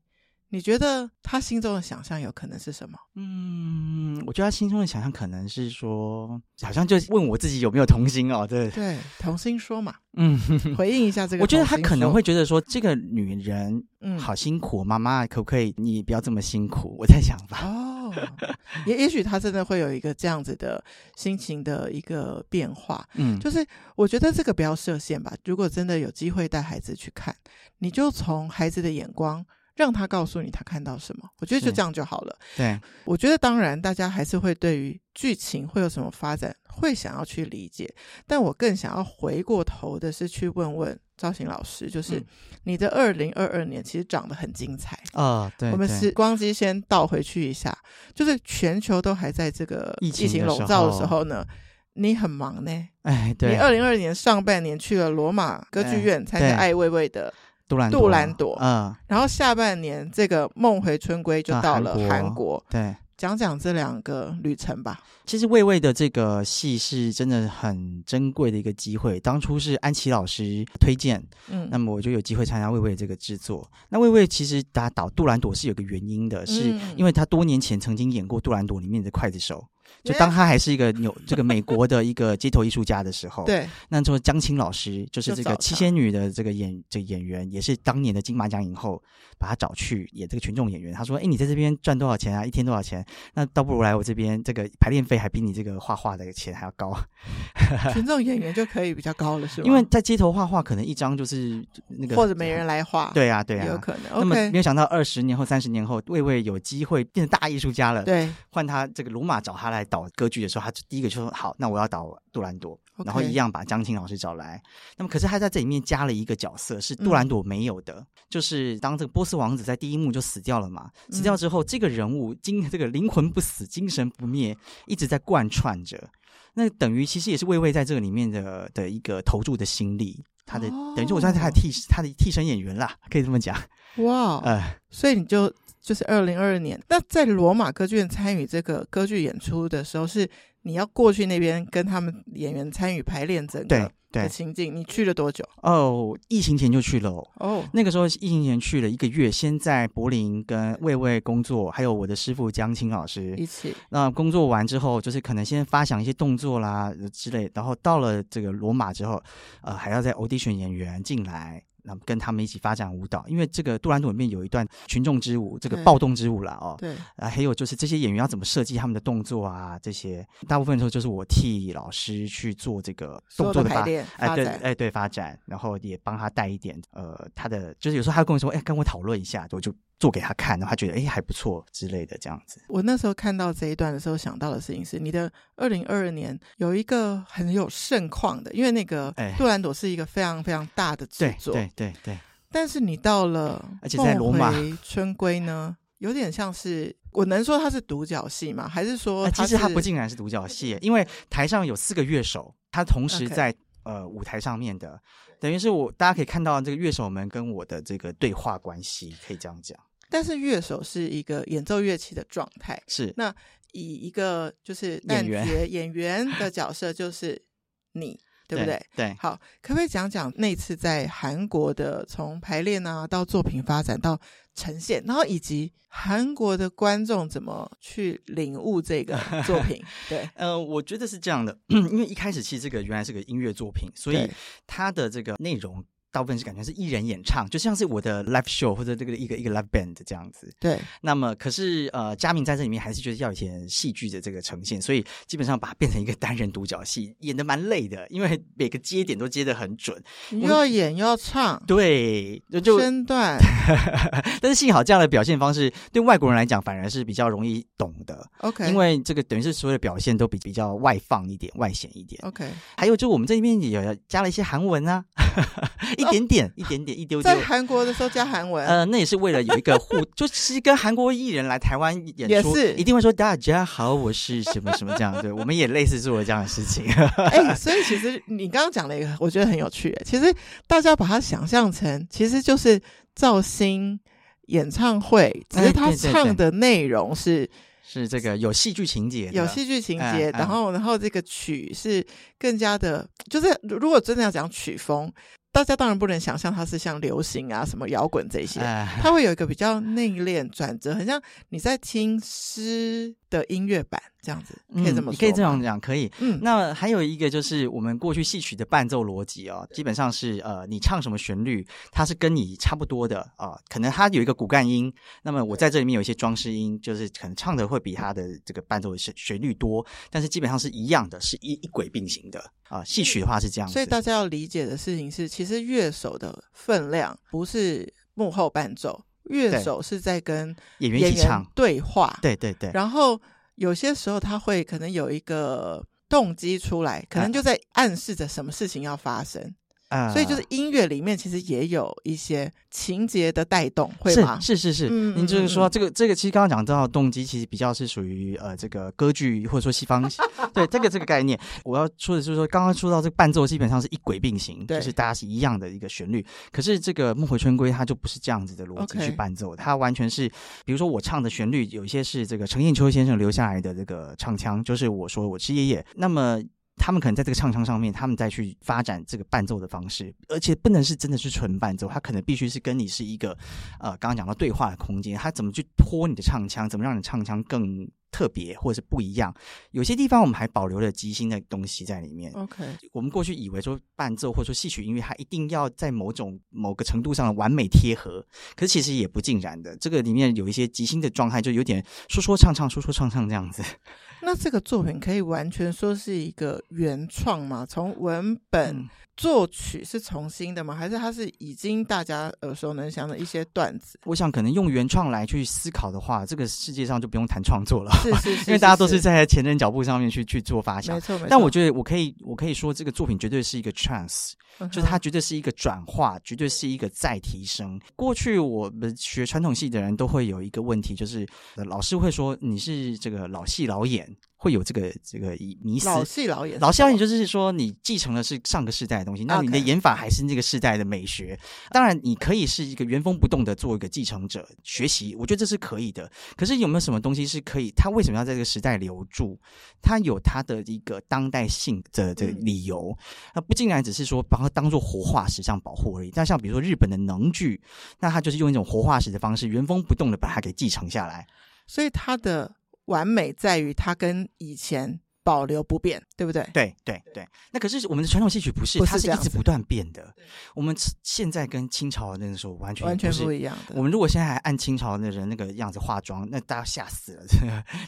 B: 你觉得他心中的想象有可能是什么？
A: 嗯，我觉得他心中的想象可能是说，好像就问我自己有没有童心哦。对，
B: 对，童心说嘛，
A: 嗯，
B: 回应一 下这个
A: 我
B: 童
A: 觉
B: 心说。
A: 得他可能会觉得说，这个女人
B: 嗯
A: 好辛苦，妈妈可不可以你不要这么辛苦？我在想吧。
B: 哦，也也许他真的会有一个这样子的心情的一个变化。
A: 嗯，
B: 就是我觉得这个不要设限吧。如果真的有机会带孩子去看，你就从孩子的眼光。让他告诉你他看到什么，我觉得就是这样就好了。
A: 对，
B: 我觉得当然，大家还是会对于剧情会有什么发展，会想要去理解。但我更想要回过头的是去问问赵行老师，就是
A: 嗯
B: 你的二零二二年其实长得很精彩。
A: 啊，对，
B: 我们
A: 对
B: 时光机先倒回去一下，就是全球都还在这个
A: 疫
B: 疫
A: 情的
B: 情笼
A: 时
B: 罩的
A: 候
B: 时候呢，你很忙呢。
A: 哎，
B: 你
A: 对，
B: 二零二年上半年去了罗马歌剧院参加
A: 对
B: 艾未未的，
A: 杜兰
B: 杜兰朵
A: 嗯，
B: 然后下半年这个梦回春归就
A: 啊
B: 到
A: 韩
B: 了
A: 国
B: 韩国。
A: 对。
B: 讲讲这两个旅程吧。
A: 其实魏魏的这个戏是真的很珍贵的一个机会，当初是安琪老师推荐，
B: 嗯，
A: 那么我就有机会参加魏魏这个制作。那魏魏其实打倒杜兰朵是有个原因的，是
B: 嗯
A: 因为他多年前曾经演过杜兰朵里面的刽子手。就
B: Yeah
A: 当他还是一个纽这个美国的一个街头艺术家的时候，，
B: 对，
A: 那时候江青老师就是
B: 就
A: 这
B: 找
A: 个
B: 他
A: 七仙女的这个演这个演员，也是当年的金马奖影后，把他找去演这个群众演员。他说：“哎，你在这边赚多少钱啊？一天多少钱？那倒不如来我这边，这个排练费还比你这个画画的钱还要高。”
B: 群众演员就可以比较高了，是吗？
A: 因为在街头画画，可能一张就是呃那个
B: 啊 或者没人来画，、
A: 对啊，对啊，
B: 也有可能。
A: 那么
B: OK，
A: 没有想到，二十年后、三十年后，魏魏有机会变成大艺术家了。
B: 对，
A: 换他这个罗马找他来导歌剧的时候，他就第一个就说：“好，那我要导杜兰朵。”
B: OK
A: 然后一样把张青老师找来。那么，可是他在这里面加了一个角色，是杜兰朵没有的，就是当这个波斯王子在第一幕就死掉了嘛，死掉之后，这个人物精这个灵魂不死、精神不灭，一直在贯穿着。那等于其实也是魏魏在这里面的的一个投注的心力。他的、等于说我算是他的替他的替身演员啦，可以这么讲。
B: 哇，哦
A: 呃，
B: 所以你就就是二零二二年，那在罗马歌剧院参与这个歌剧演出的时候，是你要过去那边跟他们演员参与排练整
A: 对
B: 个的
A: 对，
B: 情境，你去了多久？
A: 哦，疫情前就去了哦、
B: 哦，
A: 那个时候疫情前去了一个月，先在柏林跟魏魏工作，还有我的师傅江青老师。
B: 一起
A: 那工作完之后，就是可能先发想一些动作啦呃之类，然后到了这个罗马之后，呃，还要再 audition 演员进来，那么跟他们一起发展舞蹈。因为这个杜兰朵里面有一段群众之舞，这个
B: 对
A: 暴动之舞啦哦，
B: 嗯对，
A: 啊，还有就是这些演员要怎么设计他们的动作啊，这些大部分的时候就是我替老师去做这个
B: 所
A: 动作
B: 有的
A: 的发
B: 排练
A: 哎，
B: 发
A: 对，
B: 展。
A: 哎，对，发展，然后也帮他带一点，呃，他的就是有时候他跟我说，哎，跟我讨论一下，我就做给他看，然后他觉得哎还不错之类的这样子。
B: 我那时候看到这一段的时候，想到的事情是，你的二零二二年有一个很有盛况的，因为那个
A: 哎
B: 杜兰朵是一个非常非常大的制
A: 对
B: 作，
A: 对对对，
B: 但是你到了
A: 而且在罗马
B: 梦回春归呢，有点像是我能说它是独角戏吗？还是说
A: 呃
B: 它
A: 其
B: 是、
A: 实他不竟然是独角戏，因为台上有四个乐手，他同时
B: OK
A: 在呃舞台上面的，等于是我大家可以看到这个乐手们跟我的这个对话关系，可以这样讲，
B: 但是乐手是一个演奏乐器的状态，
A: 是
B: 那以一个就是
A: 演员
B: 旦角演员的角色就是你，对不对？？
A: 对，
B: 好，可不可以讲讲那次在韩国的从排练啊到作品发展到呈现，然后以及韩国的观众怎么去领悟这 个作品？对，
A: 呃，我觉得是这样的，因为一开始其实这个原来是个音乐作品，所以
B: 对
A: 它的这个内容大部分是感觉是艺人演唱，就像是我的 live show 或者这个一个一个 live band 这样子。
B: 对
A: 那么，可是呃，佳明在这里面还是觉得要有一些戏剧的这个呈现，所以基本上把它变成一个单人独角戏，演的蛮累的，因为每个接点都接的很准。
B: 你又要演又要唱，
A: 对，就就
B: 身段
A: 但是幸好这样的表现方式对外国人来讲反而是比较容易懂的，
B: ，OK，
A: 因为这个等于是所有的表现都比比较外放一点、外显一点。
B: OK，
A: 还有就我们这边也有加了一些韩文啊， 一点点、一点点、一丢丢
B: 在。韩国的时候加韩文，
A: 呃，那也是为了有一个互， 就是跟韩国艺人来台湾
B: 也
A: 演出，
B: 是
A: 一定会说大家好，我是什么什么这样，对，我们也类似做了这样的事情。
B: 哎、所以其实你刚刚讲了一个，我觉得很有趣。其实大家把它想象成，其实就是造星演唱会，只是
A: 哎
B: 他
A: 对对
B: 唱的内容是
A: 是这个有戏剧情节的，
B: 有戏剧情节，
A: 哎哎
B: 然后然后这个曲是更加的，就是如果真的要讲曲风，大家当然不能想象它是像流行啊、什么摇滚这些，
A: 哎
B: 它会有一个比较内敛转折，很像你在听诗的音乐版这样子，可以这么
A: 嗯
B: 说，
A: 可以这样，讲，可以。
B: 嗯，
A: 那还有一个就是我们过去戏曲的伴奏逻辑哦，基本上是呃，你唱什么旋律，它是跟你差不多的啊、可能它有一个骨干音，那么我在这里面有一些装饰音，就是可能唱的会比它的这个伴奏的旋旋律多，但是基本上是一样的，是一一轨并行的啊、戏曲的话是这样子，
B: 所以大家要理解的事情是，其实乐手的分量不是幕后伴奏，乐
A: 对
B: 手是在跟
A: 演员一
B: 演
A: 起
B: 员
A: 唱，
B: 对话。
A: 对对对，
B: 然后有些时候他会可能有一个动机出来，可能就在暗示着什么事情要发生。
A: 啊
B: 所以就是音乐里面其实也有一些情节的带动，会
A: 是
B: 吗？
A: 是是是，
B: 嗯
A: 您就是
B: 嗯
A: 说
B: 嗯
A: 这个这个，其实刚刚讲到的动机，其实比较是属于呃这个歌剧或者说西方对这个这个概念。我要说的就是说，刚刚说到这个伴奏基本上是一轨并行，
B: 对
A: 就是大家是一样的一个旋律。可是这个《梦回春归》它就不是这样子的逻辑
B: OK
A: 去伴奏，它完全是比如说我唱的旋律有一些是这个陈彦秋先生留下来的这个唱腔，就是我说我是爷爷，那么。他们可能在这个唱腔上面，他们再去发展这个伴奏的方式，而且不能是真的是纯伴奏，它可能必须是跟你是一个，呃，刚刚讲到对话的空间，它怎么去拖你的唱腔，怎么让你的唱腔更特别或者是不一样。有些地方我们还保留了即兴的东西在里面，
B: OK，
A: 我们过去以为说伴奏或者说戏曲音乐，它一定要在某种某个程度上的完美贴合，可是其实也不尽然的。这个里面有一些即兴的状态，就有点说说唱唱、说说唱唱这样子。
B: 那这个作品可以完全说是一个原创吗？从文 本、
A: 嗯
B: 作曲是重新的吗？还是它是已经大家耳熟能详的一些段子？
A: 我想可能用原创来去思考的话，这个世界上就不用谈创 作了，
B: 是是 是，
A: 因为大家都是在前人脚步上面去去做发
B: 没
A: 想。
B: 错没错。
A: 但我觉得我可以，我可以说这个作品绝对是一个 chance，
B: 嗯哼
A: 就是它绝对是一个转化，绝对是一个再提升。过去我们学传统戏的人都会有一个问题，就是呃老师会说你是这个老戏老演，会有这个这个迷迷思。
B: 嗯老戏老演，
A: 老戏老演就是说，你继承的是上个世代的东西，那你的
B: 哦 OK
A: 演法还是那个世代的美学。当然，你可以是一个原封不动的做一个继承者学习，我觉得这是可以的。可是有没有什么东西是可以？它为什么要在这个时代留住？它有它的一个当代性的的
B: 嗯
A: 理由。那不竟然只是说把它当做活化石这样保护而已。但像比如说日本的能剧，那它就是用一种活化石的方式，原封不动的把它给继承下来。
B: 所以它的完美在于它跟以前保留不变，对不对？
A: 对对对，那可是我们的传统戏曲不是，
B: 不是
A: 它是
B: 这
A: 一
B: 样
A: 直
B: 子
A: 不断变的。我们现在跟清朝那个时候完全
B: 完全
A: 不
B: 不
A: 是。
B: 一样的。
A: 我们如果现在还按清朝的人那个样子化妆，那大家 吓死了，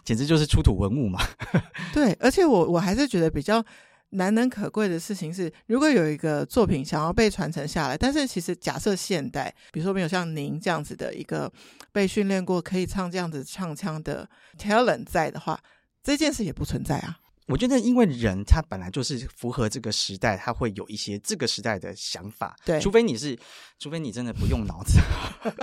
A: 简直就是出土文物嘛。
B: 对，而且我我还是觉得比较难能可贵的事情是，如果有一个作品想要被传承下来，但是其实假设现代，比如说没有像您这样子的一个被训练过可以唱这样子唱腔的 talent 在的话，这件事也不存在啊。
A: 我觉得，因为人他本来就是符合这个时代，他会有一些这个时代的想法。
B: 对
A: 除非你是，除非你真的不用脑子。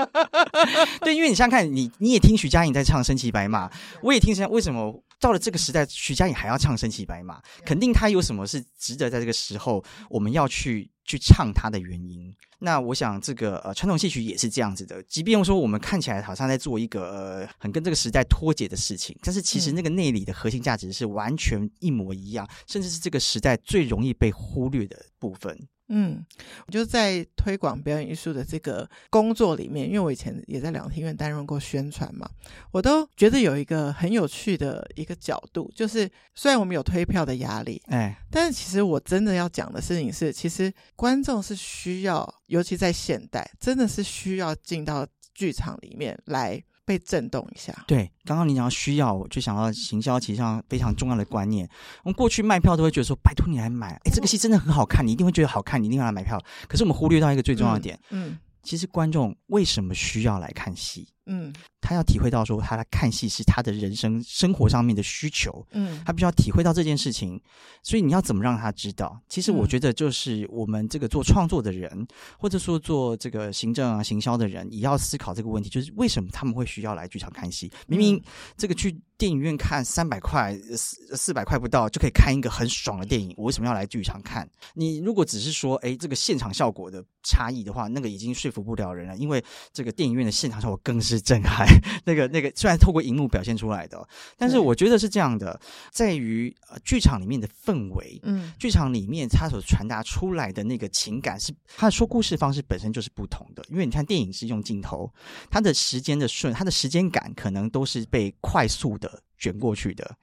A: 对，因为你想想看，你你也听徐佳莹在唱《身骑白马》，我也听谁，为什么到了这个时代，徐佳莹还要唱《身骑白马》？肯定她有什么是值得在这个时候我们要去去唱它的原因。那我想，这个呃传统戏曲也是这样子的。即便说我们看起来好像在做一个、呃、很跟这个时代脱节的事情，但是其实
B: 嗯
A: 那个内里的核心价值是完全一模一样，甚至是这个时代最容易被忽略的部分。
B: 嗯，我就在推广表演艺术的这个工作里面，因为我以前也在两厅院担任过宣传嘛，我都觉得有一个很有趣的一个角度，就是虽然我们有推票的压力，
A: 哎，
B: 但是其实我真的要讲的事情是，其实观众是需要，尤其在现代，真的是需要进到剧场里面来被震动一下。
A: 对，刚刚你讲到需要，我就想到行销其实上非常重要的观念。我们过去卖票都会觉得说，拜托你来买，哎，这个戏真的很好看，你一定会觉得好看，你一定要来买票。可是我们忽略到一个最重要的点，
B: 嗯
A: 其实观众为什么需要来看戏？
B: 嗯
A: 他要体会到说，他来看戏是他的人生生活上面的需求，
B: 嗯
A: 他必须要体会到这件事情。所以你要怎么让他知道？其实我
B: 嗯
A: 觉得，就是我们这个做创作的人，或者说做这个行政啊、行销的人，也要思考这个问题，就是为什么他们会需要来剧场看戏？明
B: 嗯
A: 明这个去电影院看三百块、四四百块不到就可以看一个很爽的电影，我为什么要来剧场看？你如果只是说，哎，这个现场效果的差异的话，那个已经说服不了人了，因为这个电影院的现场效果更是震撼。那个那个，虽然透过荧幕表现出来的哦，但是
B: 对
A: 我觉得是这样的，在于呃剧场里面的氛围。
B: 嗯
A: 剧场里面它所传达出来的那个情感是，它说故事方式本身就是不同的。因为你看电影是用镜头，它的时间的顺，它的时间感可能都是被快速的卷过去的。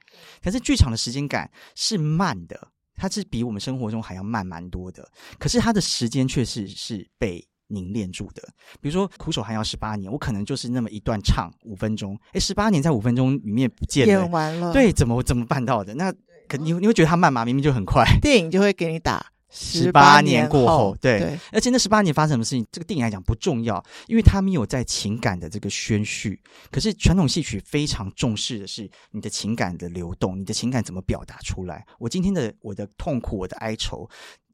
A: 可是剧场的时间感是慢的，它是比我们生活中还要慢蛮多的。可是它的时间却是是被凝练住的。比如说《苦守寒窑十八年》，我可能就是那么一段唱五分钟，诶，十八年在五分钟里面不见了
B: 演，完了，，
A: 对，怎么怎么办到的？那可你你会觉得它慢吗？明明就很快。
B: 电影就会给你打
A: 18
B: 年
A: 年过后对
B: 对，
A: 而且那十八年发生什么事情，这个电影来讲不重要，因为它没有在情感的这个宣叙。可是传统戏曲非常重视的是你的情感的流动，你的情感怎么表达出来。我今天的我的痛苦，我的哀愁，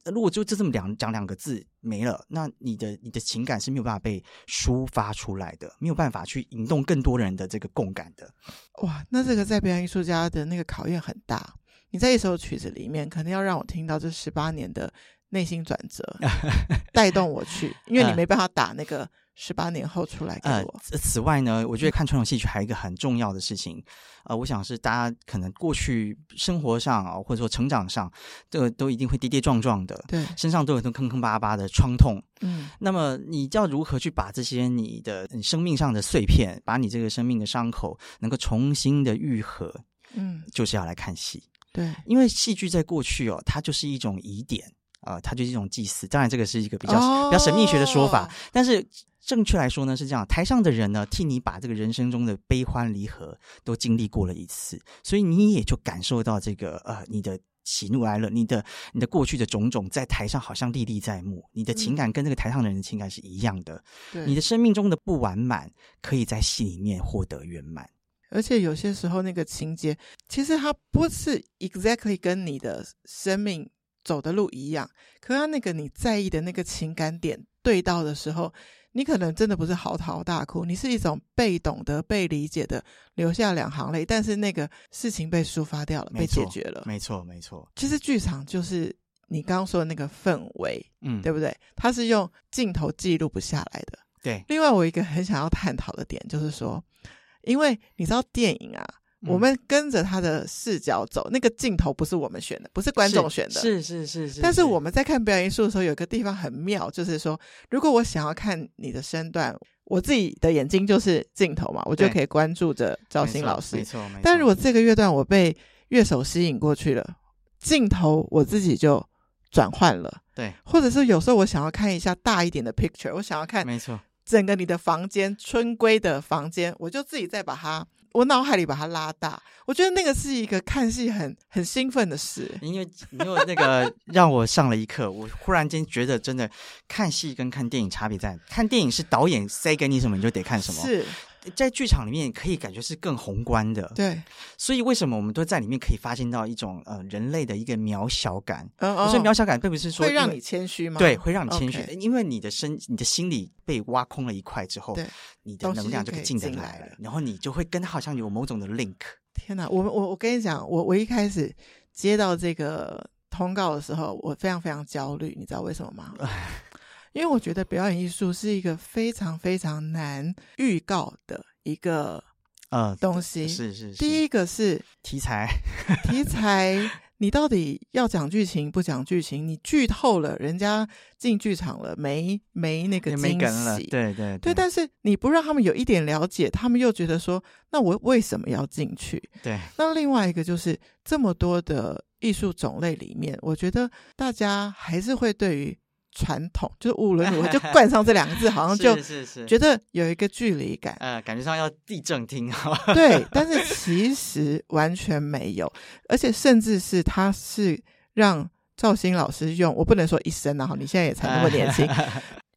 A: 呃如果就这这么两讲两个字没了，那你的你的情感是没有办法被抒发出来的，没有办法去引动更多人的这个共感的。
B: 哇，那这个在表演艺术家的那个考验很大。你在一首曲子里面，肯定要让我听到这十八年的内心转 折，带动我去，因为你
A: 嗯
B: 没办法打那个十八年后出来给
A: 呃
B: 我。，嗯
A: 此此外呢，我觉得看传统戏曲还有一个很重要的事情，呃，我想是大家可能过去生活上啊、或者说成长上，这都一定会跌跌撞撞的，
B: 对，
A: 身上都有很多坑坑巴巴的创痛。
B: 嗯
A: 那么你要如何去把这些你的你生命上的碎片，把你这个生命的伤口能够重新的愈合，
B: 嗯，
A: 就是要来看戏。
B: 对，
A: 因为戏剧在过去哦，它就是一种疑点啊、呃它就是一种祭祀。当然，这个是一个比较、比较神秘学的说法
B: 哦，
A: 但是正确来说呢是这样：台上的人呢，替你把这个人生中的悲欢离合都经历过了一次，所以你也就感受到这个呃你的。喜怒哀乐，你的你的过去的种种，在台上好像历历在目。你的情感跟这个台上的人的情感是一样的。
B: 嗯对
A: 你的生命中的不完满，可以在戏里面获得圆满。
B: 而且有些时候那个情节，其实它不是 exactly 跟你的生命走的路一样，可它那个你在意的那个情感点对到的时候，你可能真的不是嚎啕大哭，你是一种被懂得、被理解的，留下两行泪，但是那个事情被抒发掉了，被
A: 没
B: 解
A: 错
B: 决了。
A: 没错，没错。
B: 其实剧场就是你刚刚说的那个氛围，
A: 嗯，
B: 对不对？它是用镜头记录不下来的。
A: 对。
B: 另外，我一个很想要探讨的点就是说，因为你知道电影啊，
A: 嗯
B: 我们跟着他的视角走，那个镜头不是我们选的，不是观众选的。
A: 是是是是。
B: 但是我们在看表演艺术的时候，有个地方很妙，就是说，如果我想要看你的身段，我自己的眼睛就是镜头嘛，我就
A: 对
B: 可以关注着赵
A: 没
B: 鑫
A: 错
B: 老师
A: 没。错没错。
B: 但如果这个乐段我被乐手吸引过去了，镜头我自己就转换了，
A: 对，
B: 或者是有时候我想要看一下大一点的 picture，我想要看
A: 没错。
B: 整个你的房间，春闺的房间，我就自己再把它我脑海里把它拉大，我觉得那个是一个看戏很很兴奋的事。
A: 因为因为那个让我上了一课，我忽然间觉得真的看戏跟看电影差别在，看电影是导演塞给你什么你就得看什么，
B: 是，
A: 在剧场里面可以感觉是更宏观的，
B: 对，
A: 所以为什么我们都在里面可以发现到一种呃人类的一个渺小感？
B: 嗯
A: 我
B: 嗯，
A: 说渺小感并不是说
B: 会
A: 因
B: 让
A: 为
B: 你谦虚吗？
A: 对，会让你谦虚
B: OK
A: 因为你的身、你的心里被挖空了一块之后
B: 对，
A: 你的
B: 东西
A: 能量
B: 就
A: 就
B: 可以
A: 进得
B: 进来
A: 来
B: 了
A: 了，然后你就会跟它好像有某种的 link。
B: 天哪，我们我我跟你讲，我我一开始接到这个通告的时候，我非常非常焦虑，你知道为什么吗？因为我觉得表演艺术是一个非常非常难预告的一个
A: 呃，
B: 东西。
A: 是是是，
B: 第
A: 一
B: 一个是
A: 题材
B: 题材，你到底要讲剧情不讲剧情？你剧透了，人家进剧场了没没那个
A: 也
B: 惊
A: 没
B: 喜？
A: 梗了，对对
B: 对，但是你不让他们有一点了解，他们又觉得说，那我为什么要进去？
A: 对
B: 那另外一个就是这么多的艺术种类里面，我觉得大家还是会对于传统，就是无论如何就冠上这两个字，好像就 是
A: 是是
B: 觉得有一个距离感。
A: 呃，感觉上要地正听啊哈，
B: 对，但是其实完全没有，而且甚至是他是让赵鑫老师用，我不能说一生啊，你现在也才那么年 轻，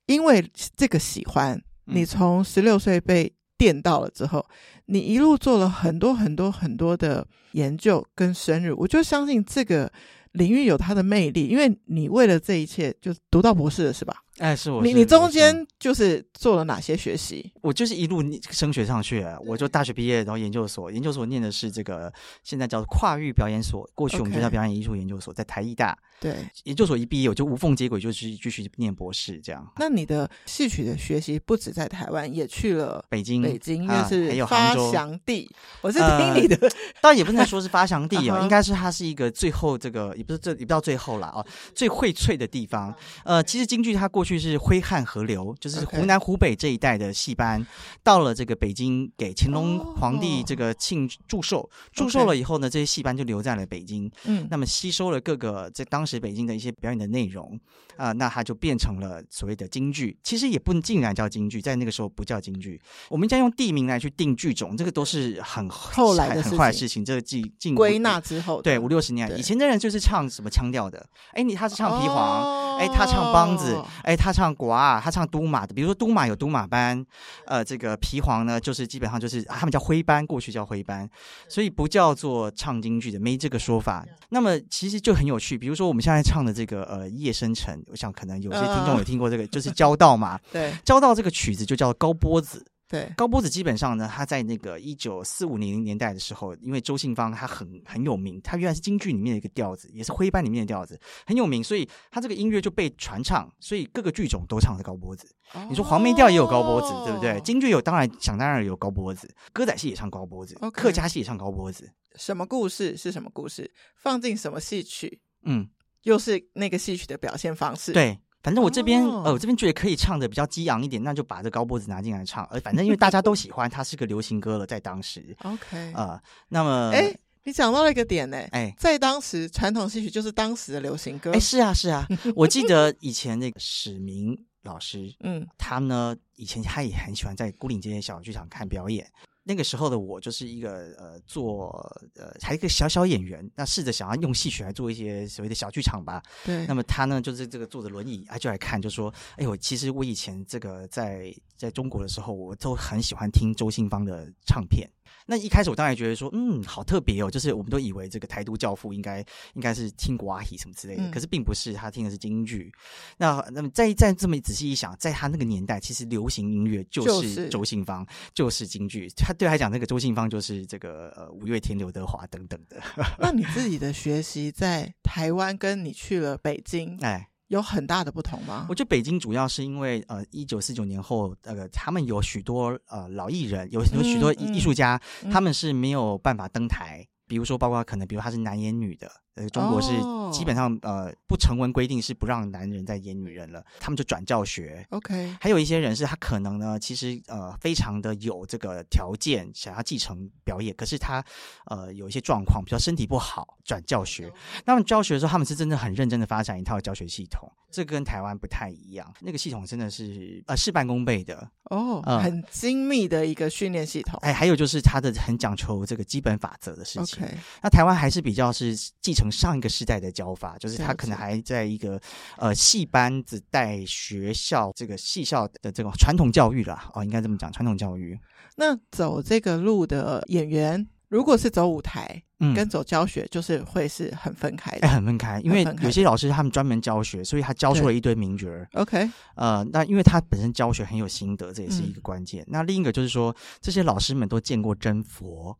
B: 因为这个喜欢，你
A: 嗯
B: 从十六岁被电到了之后，你一路做了很多很多很多的研究跟深入，我就相信这个领域有它的魅力，因为你为了这一切就读到博士了，是吧？
A: 哎，是我
B: 你
A: 是
B: 你中
A: 我是
B: 间就是做了哪些学习？
A: 我就是一路升学上去，我就大学毕业，然后研究所，研究所念的是这个现在叫跨域表演所，过去我们就
B: OK
A: 叫表演艺术研究所，在台艺大
B: 对，
A: 研究所一毕业，我就无缝接轨，就是继续念博士这样。
B: 那你的戏曲的学习不止在台湾，也去了。
A: 北京，
B: 北京因为
A: 啊还
B: 是
A: 有
B: 发
A: 杭州
B: 祥地，我是
A: 呃
B: 听你的，
A: 但也不能说是发祥地
B: 啊
A: 哦，
B: 哈
A: 应该是它是一个最后这个也不是这也不到最后啦哦，最荟萃的地方。呃，其实京剧它过去是挥汗河流，就是
B: OK
A: 湖南湖北这一带的戏班，到了这个北京给乾隆
B: 哦
A: 皇帝这个庆祝寿，祝
B: OK
A: 寿了以后呢，这些戏班就留在了北京。
B: 嗯
A: 那么吸收了各个在当时北京的一些表演的内容啊、那它就变成了所谓的京剧。其实也不竟然叫京剧，在那个时候不叫京剧，我们应该用地名来去定剧种，这个都是很
B: 后来的
A: 很
B: 事
A: 很坏的
B: 情
A: 事情。这个近近
B: 归纳之后的，
A: 对五六十年来，
B: 对
A: 以前的人就是唱什么腔调的，哎，你他是唱皮黄。
B: 哦
A: 哎，他唱梆子，哎，他唱国啊，他唱都马的，比如说都马有都马班，呃，这个皮黄呢，就是基本上就是、啊他们叫徽班，过去叫徽班，所以不叫做唱京剧的，没这个说法。那么其实就很有趣，比如说我们现在唱的这个呃《夜深沉》，我想可能有些听众有听过这个，就是交道嘛，
B: 对
A: 交道这个曲子就叫高波子，
B: 对，
A: 高波子基本上呢，他在那个一九四五零年代的时候，因为周信芳他很很有名，他原来是京剧里面的一个调子，也是徽班里面的调子，很有名，所以他这个音乐就被传唱，所以各个剧种都唱着高波子。你说黄梅调也有高波子，对不对？
B: 哦
A: 京剧有当然想当然有高波子，歌仔戏也唱高波子
B: OK
A: 客家戏也唱高波子，
B: 什么故事是什么故事，放进什么戏曲，
A: 嗯，
B: 又是那个戏曲的表现方式，，
A: 对。反正我这边、
B: 哦
A: 呃，我这边觉得可以唱的比较激昂一点，那就把这高波子拿进来唱。而反正因为大家都喜欢，它是个流行歌了，在当 时
B: OK，
A: 啊、呃那么
B: 哎、你讲到了一个点呢、
A: 哎
B: 在当时传统戏曲就是当时的流行歌，
A: 哎，是啊，是啊，我记得以前那个史明老师，
B: 嗯，
A: 他呢以前他也很喜欢在孤岭街小剧场看表演。那个时候的我就是一个呃做呃还一个小小演员，那试着想要用戏曲来做一些所谓的小剧场吧。
B: 对，
A: 那么他呢就是这个坐着轮椅，他就来看，就说：“哎呦，其实我以前这个在在中国的时候，我都很喜欢听周信芳的唱片。”那一开始我当然觉得说，嗯，好特别哦，就是我们都以为这个台独教父应该应该是听国阿喜什么之类的，
B: 嗯
A: 可是并不是，他听的是京剧。那那么再再这么仔细一想，在他那个年代，其实流行音乐
B: 就
A: 就是是周信芳，就是京剧。他对他来讲，那个周信芳就是这个呃五月天、刘德华等等的。
B: 那你自己的学习在台湾跟你去了北京
A: 哎，
B: 有很大的不同吗
A: 我？觉得北京主要是因为呃，一九四九年后，呃，他们有许多呃老艺人，有有许多
B: 嗯嗯
A: 艺艺术家，
B: 嗯
A: 他们是没有办法登台。比如说，包括可能，比如她是男演女的，呃，中国是
B: 哦
A: 基本上、呃不成文规定是不让男人再演女人了，他们就转教学。
B: OK，
A: 还有一些人是他可能呢，其实呃非常的有这个条件，想要继承表演，可是他呃有一些状况，比如说身体不好，转教学。那么教学的时候，他们是真的很认真的发展一套教学系统，这跟台湾不太一样，那个系统真的是呃事半功倍的。
B: 哦，
A: 嗯
B: 很精密的一个训练系统。
A: 哎，还有就是他的很讲求这个基本法则的事情。
B: OK，
A: 那台湾还是比较是继承上一个时代的教法，就是
B: 了
A: 他
B: 解
A: 可能还在一个呃戏班子带学校这个戏校的这种传统教育啦，哦，应该这么讲，传统教育。
B: 那走这个路的演员，如果是走舞台
A: 嗯，
B: 跟走教学，就是会是很分开
A: 哎
B: 的。
A: 很分开，因为
B: 很分开
A: 有些老师他们专门教学，所以他教出
B: 对
A: 了一堆名角儿。
B: OK，
A: 呃，那因为他本身教学很有心得，这也是
B: 嗯
A: 一个关键。那另一个就是说，这些老师们都见过真佛。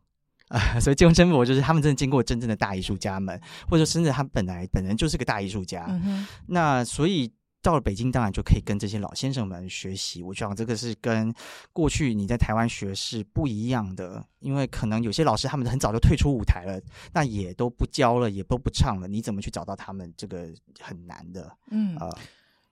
A: 啊，所以见过真佛就是他们真的见过真正的大艺术家们，或者甚至他本来本人就是个大艺术家，
B: 嗯哼，
A: 那所以到了北京，当然就可以跟这些老先生们学习。我想这个是跟过去你在台湾学是不一样的，因为可能有些老师他们很早就退出舞台了，那也都不教了，也都不唱了，你怎么去找到他们？这个很难的
B: 嗯，
A: 啊、呃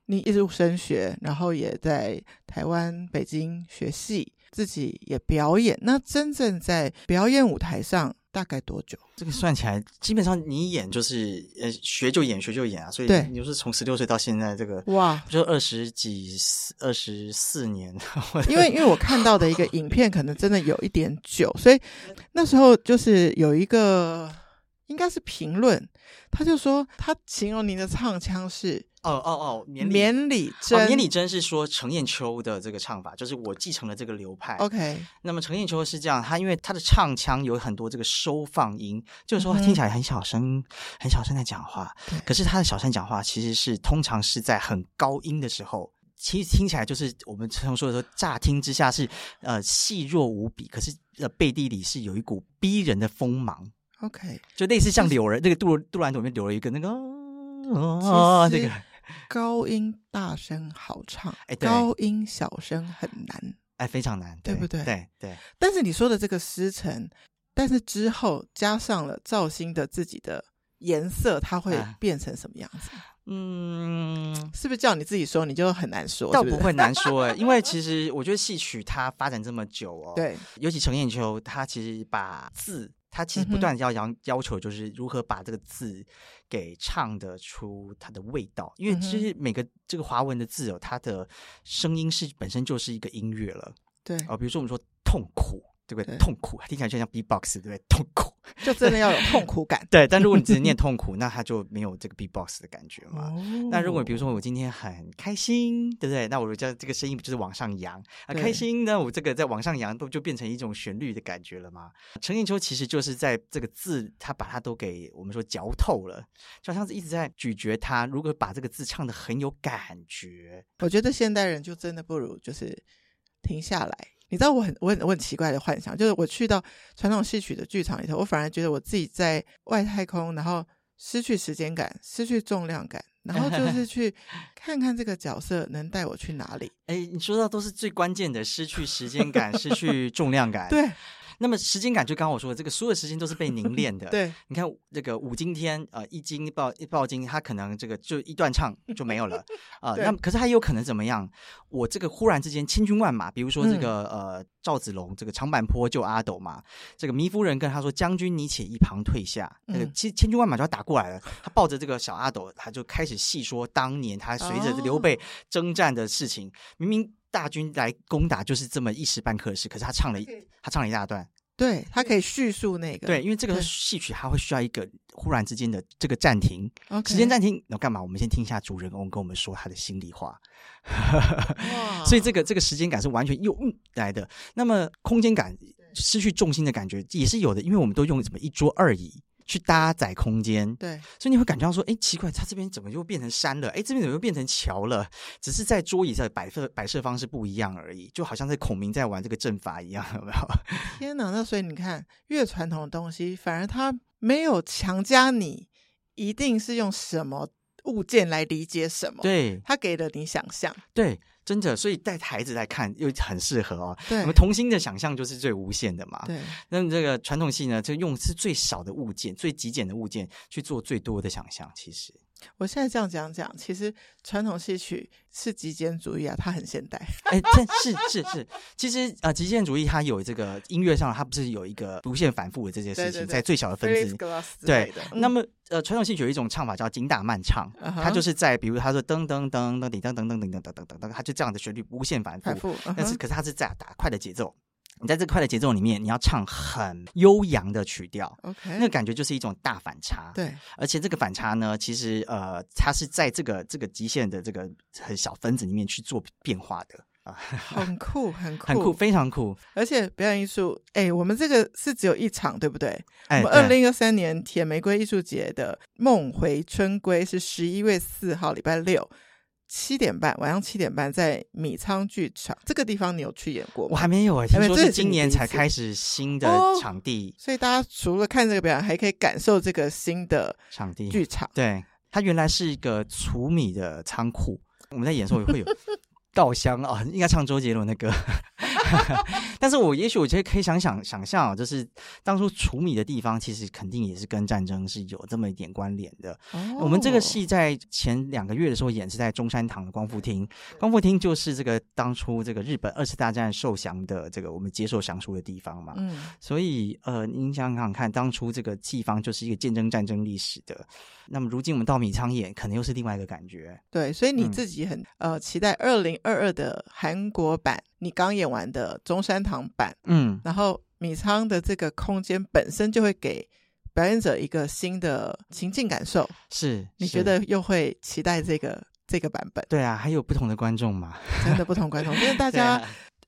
B: 你一直升学，然后也在台湾、北京学戏，自己也表演。那真正在表演舞台上大概多久？
A: 这个算起来，基本上你演就是呃学就演，学就演啊。所以
B: 对
A: 你就是从十六岁到现在这个。
B: 哇！
A: 就二十几、二十四年，
B: 因为因为我看到的一个影片，可能真的有一点久，所以那时候就是有一个应该是评论，他就说他形容您的唱腔是
A: 哦哦哦，年龄
B: 绵里
A: 哦，
B: 真，
A: 年里真是说程砚秋的这个唱法，就是我继承了这个流派。
B: OK，
A: 那么程砚秋是这样，他因为他的唱腔有很多这个收放音，就是说
B: 嗯哼
A: 听起来很小声，很小声在讲话
B: 对。
A: 可是他的小声讲话其实是通常是在很高音的时候。其实听起来就是我们常说的说，乍听之下是呃细弱无比，可是呃背地里是有一股逼人的锋芒，
B: OK，
A: 就类似像柳人那个杜杜兰朵里面留了一个那个哦，
B: 嗯其
A: 那
B: 实
A: 个
B: 高音大声好唱，
A: 哎对
B: 高音小声很难。
A: 哎非常难，
B: 对不对
A: 对对，
B: 但是你说的这个师承，但是之后加上了赵鑫的自己的颜色，它会
A: 啊
B: 变成什么样子？
A: 嗯，
B: 是不是叫你自己说，你就很难说？
A: 倒
B: 是
A: 不
B: 不是
A: 会难说哎、因为其实我觉得戏曲它发展这么久哦，，
B: 对，
A: 尤其程砚秋，他其实把字，他其实
B: 嗯
A: 不
B: 哼
A: 断地要要要求，就是如何把这个字给唱得出它的味道，因为
B: 嗯哼
A: 其实每个这个华文的字哦，它的声音是本身就是一个音乐了
B: 对，
A: 哦，比如说我们说痛苦。对不对？
B: 对
A: 痛苦听起来就像 B-box，对不对？痛苦，。
B: 就真的要有痛苦感
A: 对。但如果你只是念痛苦，那它就没有这个 B-box 的感觉嘛。
B: 哦，
A: 那如果比如说我今天很开心，对不对？那我这这个声音不就是往上扬啊？
B: 对
A: 开心，那我这个在往上扬，不就变成一种旋律的感觉了吗？陈砚秋其实就是在这个字，他把它都给我们说嚼透了，就好像是一直在咀嚼它。如果把这个字唱的很有感觉，
B: 我觉得现代人就真的不如就是停下来。你知道我很我很我很奇怪的幻想，就是我去到传统戏曲的剧场里头，我反而觉得我自己在外太空，然后失去时间感，失去重量感，然后 就是去看看这个角色能带我去哪里。
A: 哎，你说到都是最关键的，失去时间感，失去重量感。，
B: 对
A: 那么时间感就刚刚我说的，这个所有时间都是被凝练的。。
B: 对，
A: 你看这个五经天，呃，一经报一报经，他可能这个就一段唱就没有 了啊、
B: 对
A: 那么可是他也有可能怎么样？我这个忽然之间千军万马，比如说
B: 嗯
A: 这个、呃赵子龙这个长坂坡救阿斗嘛，这个糜夫人跟他说：“将军你且一旁退下。”那个
B: 嗯
A: 千千军万马就要打过来了，他抱着这个小阿斗，他就开始细说当年他随着
B: 哦
A: 刘备征战的事情，明明。大军来攻打就是这么一时半刻的事，可是他唱了一他唱了一大段，
B: 对他可以叙述那个
A: 对，因为这个
B: 对
A: 戏曲它会需要一个忽然之间的这个暂停，
B: OK
A: 时间暂停，那干嘛？我们先听一下主人公跟我们说他的心里话，
B: 哇
A: 所以这个这个时间感是完全用、嗯、来的。那么空间感失去重心的感觉也是有的，因为我们都用什么一桌二椅。去搭载空间，
B: 对
A: 所以你会感觉到说，哎，奇怪，它这边怎么又变成山了？哎，这边怎么又变成桥了？只是在桌椅上的摆设摆设方式不一样而已，就好像在孔明在玩这个阵法一样，有没有？
B: 天哪！那所以你看，越传统的东西，反而它没有强加你一定是用什么物件来理解什么，
A: 对，
B: 它给了你想象。
A: 对，真的，所以带孩子来看又很适合哦。
B: 对
A: 我们童心的想象就是最无限的嘛。
B: 对，
A: 那么这个传统戏呢，就用是最少的物件、最极简的物件去做最多的想象。其实，
B: 我现在这样讲讲，其实传统戏曲是极简主义啊，它很现代。
A: 哎，这是是是，其实呃，极简主义它有这个音乐上，它不是有一个无限反复的这件事
B: 对
A: 情，
B: 对对
A: 在最小的啊分
B: Fritz
A: 支
B: Glass 之
A: 对
B: 类的，
A: 那么呃，传统戏曲有一种唱法叫紧打慢唱，
B: 嗯
A: 它就是在比如他说噔噔噔噔噔噔噔噔噔噔噔噔噔，它就这样的旋律无限反复
B: 反，复，嗯
A: 但是
B: 哼
A: 可是它是在打快的节奏，你在这快的节奏里面，你要唱很悠扬的曲调。那个
B: 嗯 OK，
A: 感觉就是一种大反差，
B: 对，
A: 而且这个反差呢，其实呃，它是在这个这个极限的这个很小分子里面去做变化的，
B: 很酷，很酷，
A: 很酷，非常酷。
B: 而且表演艺术，哎，我们这个是只有一场，对不对？
A: 哎，
B: 我们二
A: 对
B: 零二三年铁玫瑰艺术节的梦回春归是十一月四号，礼拜六。七点半，晚上七点半在米仓剧场这个地方，你有去演过
A: 我
B: 吗？
A: 还没有哎， 听
B: 还没
A: 说
B: 这
A: 是
B: 是
A: 今
B: 你
A: 年
B: 第一
A: 才
B: 次
A: 开始新的
B: 哦
A: 场地，
B: 所以大家除了看这个表演，还可以感受这个新的
A: 场地
B: 剧场。
A: 对，它原来是一个储米的仓库。我们在演的时候会 有稻香啊、应该唱周杰伦的歌。 但是我也许我觉得可以想想想象啊，就是当初储米的地方，其实肯定也是跟战争是有这么一点关联的。我们这个
B: 哦
A: 戏在前两个月的时候演是在中山堂的光复厅，光复厅就是这个当初这个日本二次大战受降的这个我们接受降书的地方嘛。
B: 嗯，
A: 所以，呃，您想想看，当初这个地方就是一个见证战争历史的，那么如今我们到米仓演，可能又是另外一个感觉。
B: 对，所以你
A: 嗯
B: 自己很、呃期待二零二二的韩国版，你刚演完的中山堂版，
A: 嗯，
B: 然后米仓的这个空间本身就会给表演者一个新的情境感受，
A: 是。
B: 你
A: 是
B: 觉？得又会期待这个这个版本？
A: 对啊，还有不同的观众嘛？啊
B: 真的不同观众，因为 大
A: 大
B: 家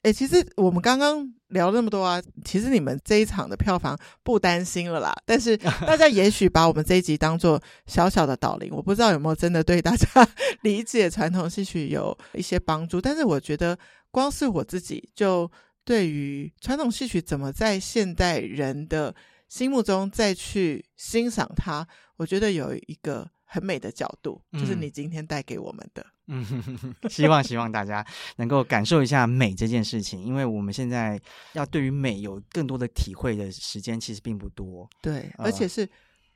B: 哎、其实我们刚刚聊那么多啊，其实你们这一场的票房不担心了啦。但 是大家也许把我们这一集当做小小的导聆，我不知道有没有真的对大家 理解传统戏曲有一些帮助。但是我觉得，光是我自己就对于传统戏曲怎么在现代人的心目中再去欣赏它，我觉得有一个很美的角度，就是
A: 嗯
B: 你今天带给我们的。
A: 嗯，希望希望大家能够感受一下美这件事情，因为我们现在要对于美有更多的体会的时间其实并不多。
B: 对，
A: 呃
B: 而且是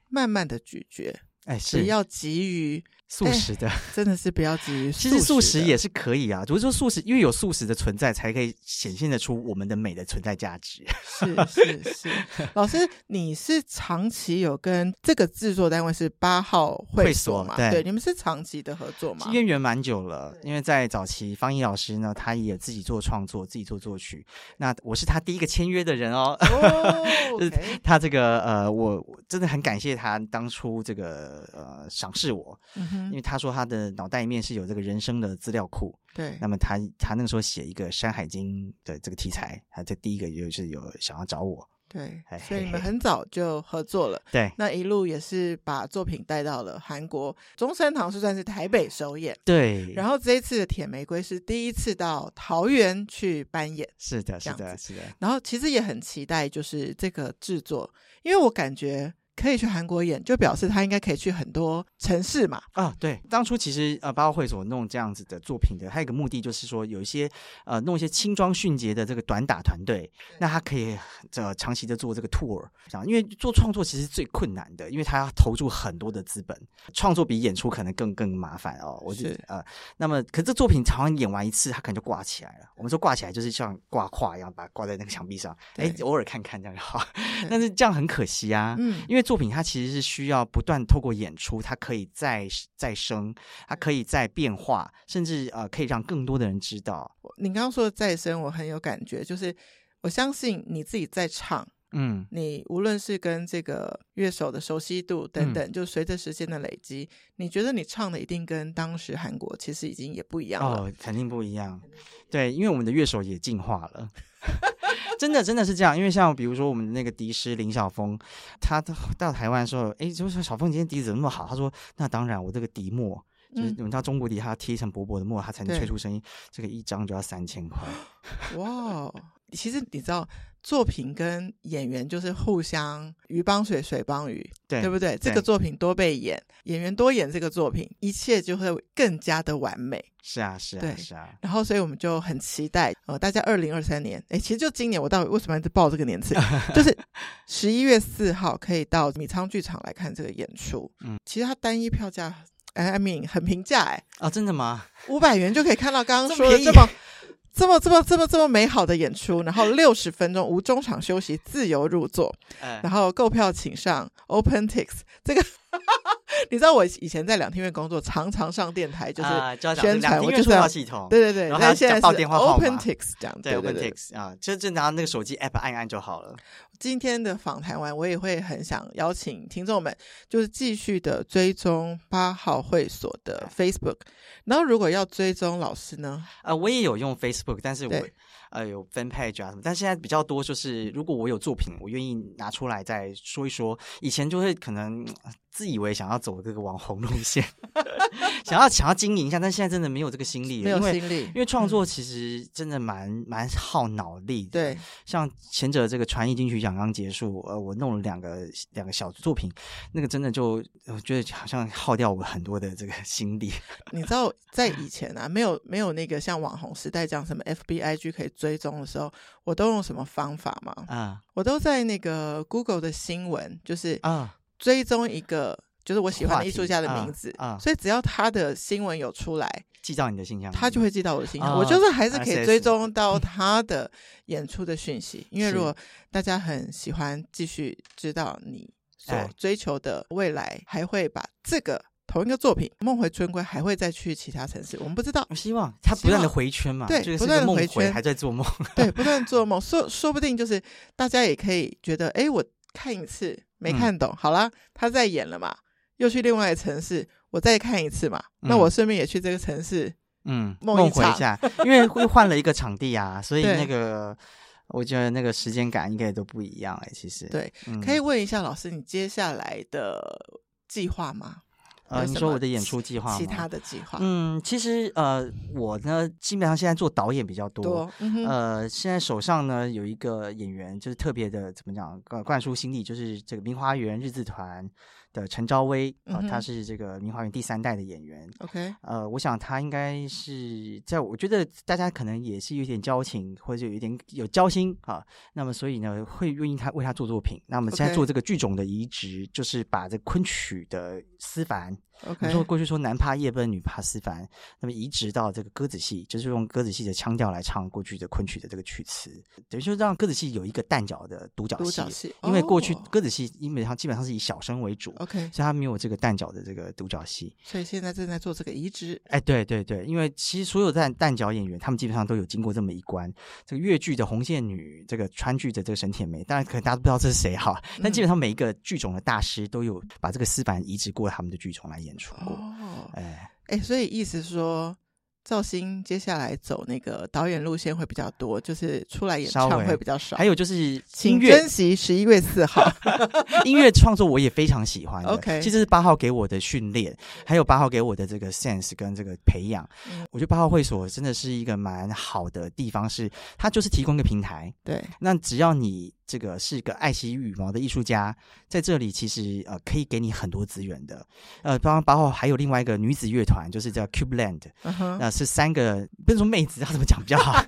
B: 慢慢的咀嚼。
A: 哎，
B: 不
A: 是
B: 要急于，
A: 素食的，
B: 真的是不要急于。
A: 其实素食
B: 食的
A: 也是可以啊，只是说素食，因为有素食的存在，才可以显现得出我们的美的存在价值。
B: 是是是。老师，你是长期有跟这个制作单位是八号会
A: 会所
B: 所嘛？
A: 对
B: 你们是长期的合作嘛？
A: 渊源蛮久了，因为在早期方毅老师呢，他也自己做创作，自己做作曲。那我是他第一个签约的人哦。
B: 哦
A: 就是
B: ，OK，
A: 他这个呃，我我真的很感谢他当初这个呃赏识我，
B: 嗯
A: 因
B: 哼，
A: 为他说他的脑袋里面是有这个人生的资料库。
B: 对
A: 那，么他他那个时候写一个《山海经》的这个题材，他这第一个就是有想要找我。
B: 对
A: 嘿嘿，
B: 所以你们很早就合作了。
A: 对
B: 那一路也是把作品带到了韩国中山堂，是算是台北首演。
A: 对，
B: 然后这一次的铁玫瑰是第一次到桃园去扮演。
A: 是的，
B: 这
A: 是
B: 样
A: 的，
B: 子
A: 是的，
B: 然后其实也很期待，就是这个制作，因为我感觉可以去韩国演，就表示他应该可以去很多城市嘛。
A: 啊，对，当初其实呃，八号会所弄这样子的作品的，它有一个目的就是说，有一些呃，弄一些轻装迅捷的这个短打团队，那他可以呃长期的做这个 tour，这样，因为做创作其实最困难的，因为他要投入很多的资本，创作比演出可能更更麻烦哦。我就是呃，那么可是这作品好像演完一次，它可能就挂起来了。我们说挂起来就是像挂画一样，把它挂在那个墙壁上，哎，
B: 对
A: 偶尔看看这样就好。但是这样很可惜啊，
B: 嗯，
A: 因为作品它其实是需要不断透过演出，它可以再再生，它可以再变化，甚至呃可以让更多的人知道。
B: 我你刚刚说的再生，我很有感觉，就是我相信你自己在唱，
A: 嗯，
B: 你无论是跟这个乐手的熟悉度等等，就随着时间的累积，你觉得你唱的一定跟当时韩国其实已经也不一样了。
A: 哦，肯定不一样。对，因为我们的乐手也进化了。 真的，真的是这样。因为像比如说我们的那个笛师林晓峰，他到到台湾的时候，哎，就说小凤你今天笛子怎么那么好？他说那当然，我这个笛墨。就是
B: 嗯
A: 你们知道中国笛，它要贴一层薄薄的墨，它才能
B: 对
A: 吹出声音。这个一张就要三千块，
B: 哇哦，其实你知道，作品跟演员就是互相鱼帮水，水帮鱼，
A: 对
B: 不对？这个作品多被演，演员多演这个作品，一切就会更加的完美。
A: 是啊，是啊，
B: 对
A: 是啊，
B: 然后，所以我们就很期待，呃，大家二零二三年，哎，其实就今年，我到底为什么一直报这 个年次？就是十一月四号可以到米仓剧场来看这个演出。
A: 嗯
B: 嗯，其实它单一票价，哎，I mean 很平价，哎，
A: 啊，真的 吗？
B: 五百元就可以看到刚
A: 这
B: 刚
A: 么
B: 说的
A: 便宜
B: 这么。这么这么这么这么美好的演出，然后六十分钟无中场休息，自由入座，
A: 哎、
B: 然后购票请上 OpenTix。这个 你知道，我以前在两厅院工作，常常上电台，就是、
A: 啊、就要讲
B: 宣
A: 这两
B: 传
A: 厅
B: 我
A: 院
B: 就
A: 售
B: 是要
A: 票系统，
B: 对对对，
A: 然后还
B: 但
A: 要
B: 现在是
A: 报电话号码
B: OpenTix 这样，
A: 对
B: 对
A: o p e n
B: 对
A: t
B: 对
A: i。x 啊，就就拿那个手机 app 按一按就好了。
B: 今天的访谈完，我也会很想邀请听众们，就是继续的追踪八号会所的 Facebook。然后，如果要追踪老师呢，
A: 呃，我也有用 Facebook，但是我
B: 对
A: 呃有 fan page 啊什么，但现在比较多就是，如果我有作品，我愿意拿出来再说一说。以前就会可能呃自以为想要走这个网红路线， 想要想要经营一下，但现在真的没有这个心力
B: 没
A: 了，
B: 有
A: 因为。
B: 心力
A: 因，为创作其实真的蛮蛮耗脑力的，
B: 对，
A: 像前者这个传艺金曲奖刚结束，呃，我弄了两个两个小作品，那个真的就我觉得好像耗掉我很多的这个心力。
B: 你知道，在以前 啊，没有没有那个像网红时代这样什么 FBIG 可以追踪的时候，我都用什么方法吗？
A: 啊
B: 我都在那个 Google 的新闻，就是
A: 啊，
B: 追踪一个就是我喜欢
A: 话
B: 的艺
A: 题
B: 术家的
A: 啊
B: 名字，
A: 啊
B: 所以只要他的新闻有出来，
A: 寄到你的信箱里面，
B: 他就会寄到我的信箱，
A: 啊
B: 我就是还是可
A: RSS
B: 以追踪到他的演出的讯息。因为
A: 是
B: 如果大家很喜欢继续知道你所
A: 哎，
B: 追求的未来，还会把这个同一个作品《梦回春归》还会再去其他城市，我们不知道
A: 我希望他
B: 希
A: 不断的
B: 望
A: 回圈嘛，
B: 对
A: 这个
B: 不
A: 是
B: 断
A: 个
B: 地
A: 梦
B: 回
A: 回，
B: 圈
A: 还在做 梦。
B: 对，不断做梦，说说不定就是大家也可以觉得，哎，我看一次
A: 嗯
B: 没看懂，好啦，他在演了嘛，又去另外一个城市，我再看一次嘛，那
A: 嗯
B: 我顺便也去这个城市，
A: 嗯，
B: 梦
A: 梦
B: 一
A: 回一
B: 场
A: 下， 因为会换了一个场地啊，所以
B: 对
A: 那个我觉得那个时间感应该也都不一样哎、其实
B: 对，
A: 嗯
B: 可以问一下老师，你接下来的计划吗？
A: 呃，
B: 有
A: 你
B: 什
A: 说
B: 么
A: 我的演出计划吗？
B: 其他的计划、
A: 嗯，其实呃，我呢基本上现在做导演比较
B: 多，嗯哼，
A: 呃，现在手上呢有一个演员，就是特别的怎么讲，灌灌输心力，就是这个明华园日字团的陈昭威啊、呃
B: 嗯哼
A: 他是这个明华园第三代的演员。
B: OK，
A: 呃，我想他应该是在，我觉得大家可能也是有点交情，或者有一点有交心啊。那么所以呢，会愿意他为他做作品。那么现在
B: OK
A: 做这个剧种的移植就是把这昆曲的思凡，我们
B: OK，
A: 说过去说男怕夜奔，女怕思凡，那么移植到这个歌子戏，就是用歌子戏的腔调来唱过去的昆曲的这个曲词，等于说让歌子戏有一个旦角的独角
B: 独
A: 戏
B: 角，戏，
A: 因为过去
B: 哦
A: 歌子戏基本上基本上是以小生为主，
B: OK，
A: 所以它没有这个旦角的这个独角戏。
B: 所以现在正在做这个移植，
A: 哎，对对对，因为其实所有旦旦角演员，他们基本上都有经过这么一关。这个越剧的红线女，这个川剧的这个沈铁梅，当然可能大家都不知道这是谁 哈，但
B: 嗯
A: 基本上每一个剧种的大师都有把这个丝板移植过他们的剧种来演出过。
B: 哦，
A: 哎，
B: 哎，所以意思是说。赵鑫接下来走那个导演路线会比较多，就是出来演
A: 稍
B: 唱
A: 微
B: 会比较少。
A: 还有就是音
B: 请
A: 乐
B: 珍惜十一月四 号。
A: 音乐创作，我也非常喜欢的。
B: OK
A: 其实是八号给我的训练，还有八号给我的这个 sense 跟这个培养。
B: 嗯
A: 我觉得八号会所真的是一个蛮好的地方是，它就是提供一个平台，
B: 对，
A: 那只要你这个是个爱惜羽毛的艺术家，在这里其实呃可以给你很多资源的。呃，包括包括还有另外一个女子乐团，就是叫 Cube Land，
B: 嗯
A: 那、
B: 哼，
A: 是三个不是说妹子，她怎么讲比较 好？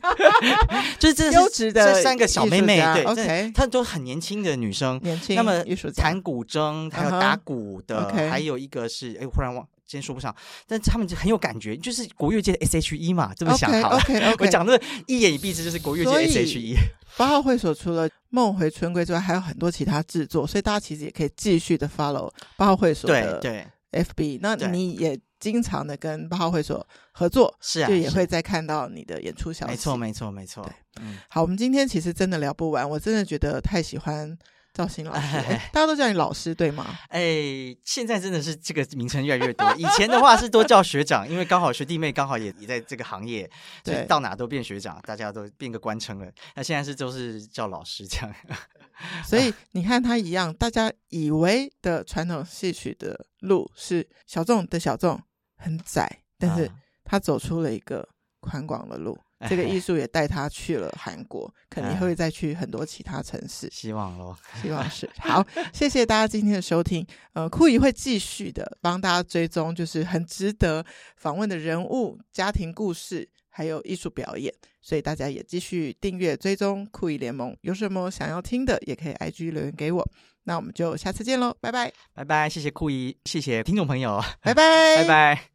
A: 就是这是
B: 优质的
A: 这三个小妹妹，
B: 艺术家
A: 对
B: OK
A: 她都很年轻的女生，
B: 年轻
A: 那么
B: 艺术家
A: 弹古筝，还有
B: 嗯哼
A: 打鼓的
B: OK
A: 还有一个是哎，忽然忘，今天说不上，但是他们就很有感觉，就是国乐界的 SHE 嘛，这么想好了。
B: OK
A: 我
B: OK
A: 讲的一言以蔽之，就是国乐界
B: 所以
A: SHE。
B: 八号会所除了《梦回春归》之外，还有很多其他制作，所以大家其实也可以继续的 follow 八号会所
A: 对
B: 的
A: 对，
B: FB，那
A: 对
B: 你也经常的跟八号会所合作，
A: 是啊，
B: 就也
A: 是
B: 会再看到你的演出消息。
A: 没错，没错，没错。嗯，
B: 好，我们今天其实真的聊不完，我真的觉得太喜欢赵鑫老师了，哎大家都叫你老师对吗？
A: 哎，现在真的是这个名称越来越多。以前的话是多叫学长，因为刚好学弟妹刚好也也在这个行业，所以
B: 对
A: 到哪都变学长，大家都变个官称了。那现在是就是叫老师这样。
B: 所以你看他一样，大家以为的传统戏曲的路是小众的小众，很窄，但是
A: 啊哎
B: 他走出了一个宽广的路，这个艺术也带他去了韩国，肯定会再去很多其他城市。
A: 希望咯。
B: 希望是好，谢谢大家今天的收听。呃，酷姨会继续的帮大家追踪，就是很值得访问的人物、家庭故事，还有艺术表演。所以大家也继续订阅追踪酷姨联盟。有什么想要听的，也可以 IG 留言给我。那我们就下次见喽，拜拜，
A: 拜拜，谢谢酷姨，谢谢听众朋友，
B: 拜拜，
A: 拜拜。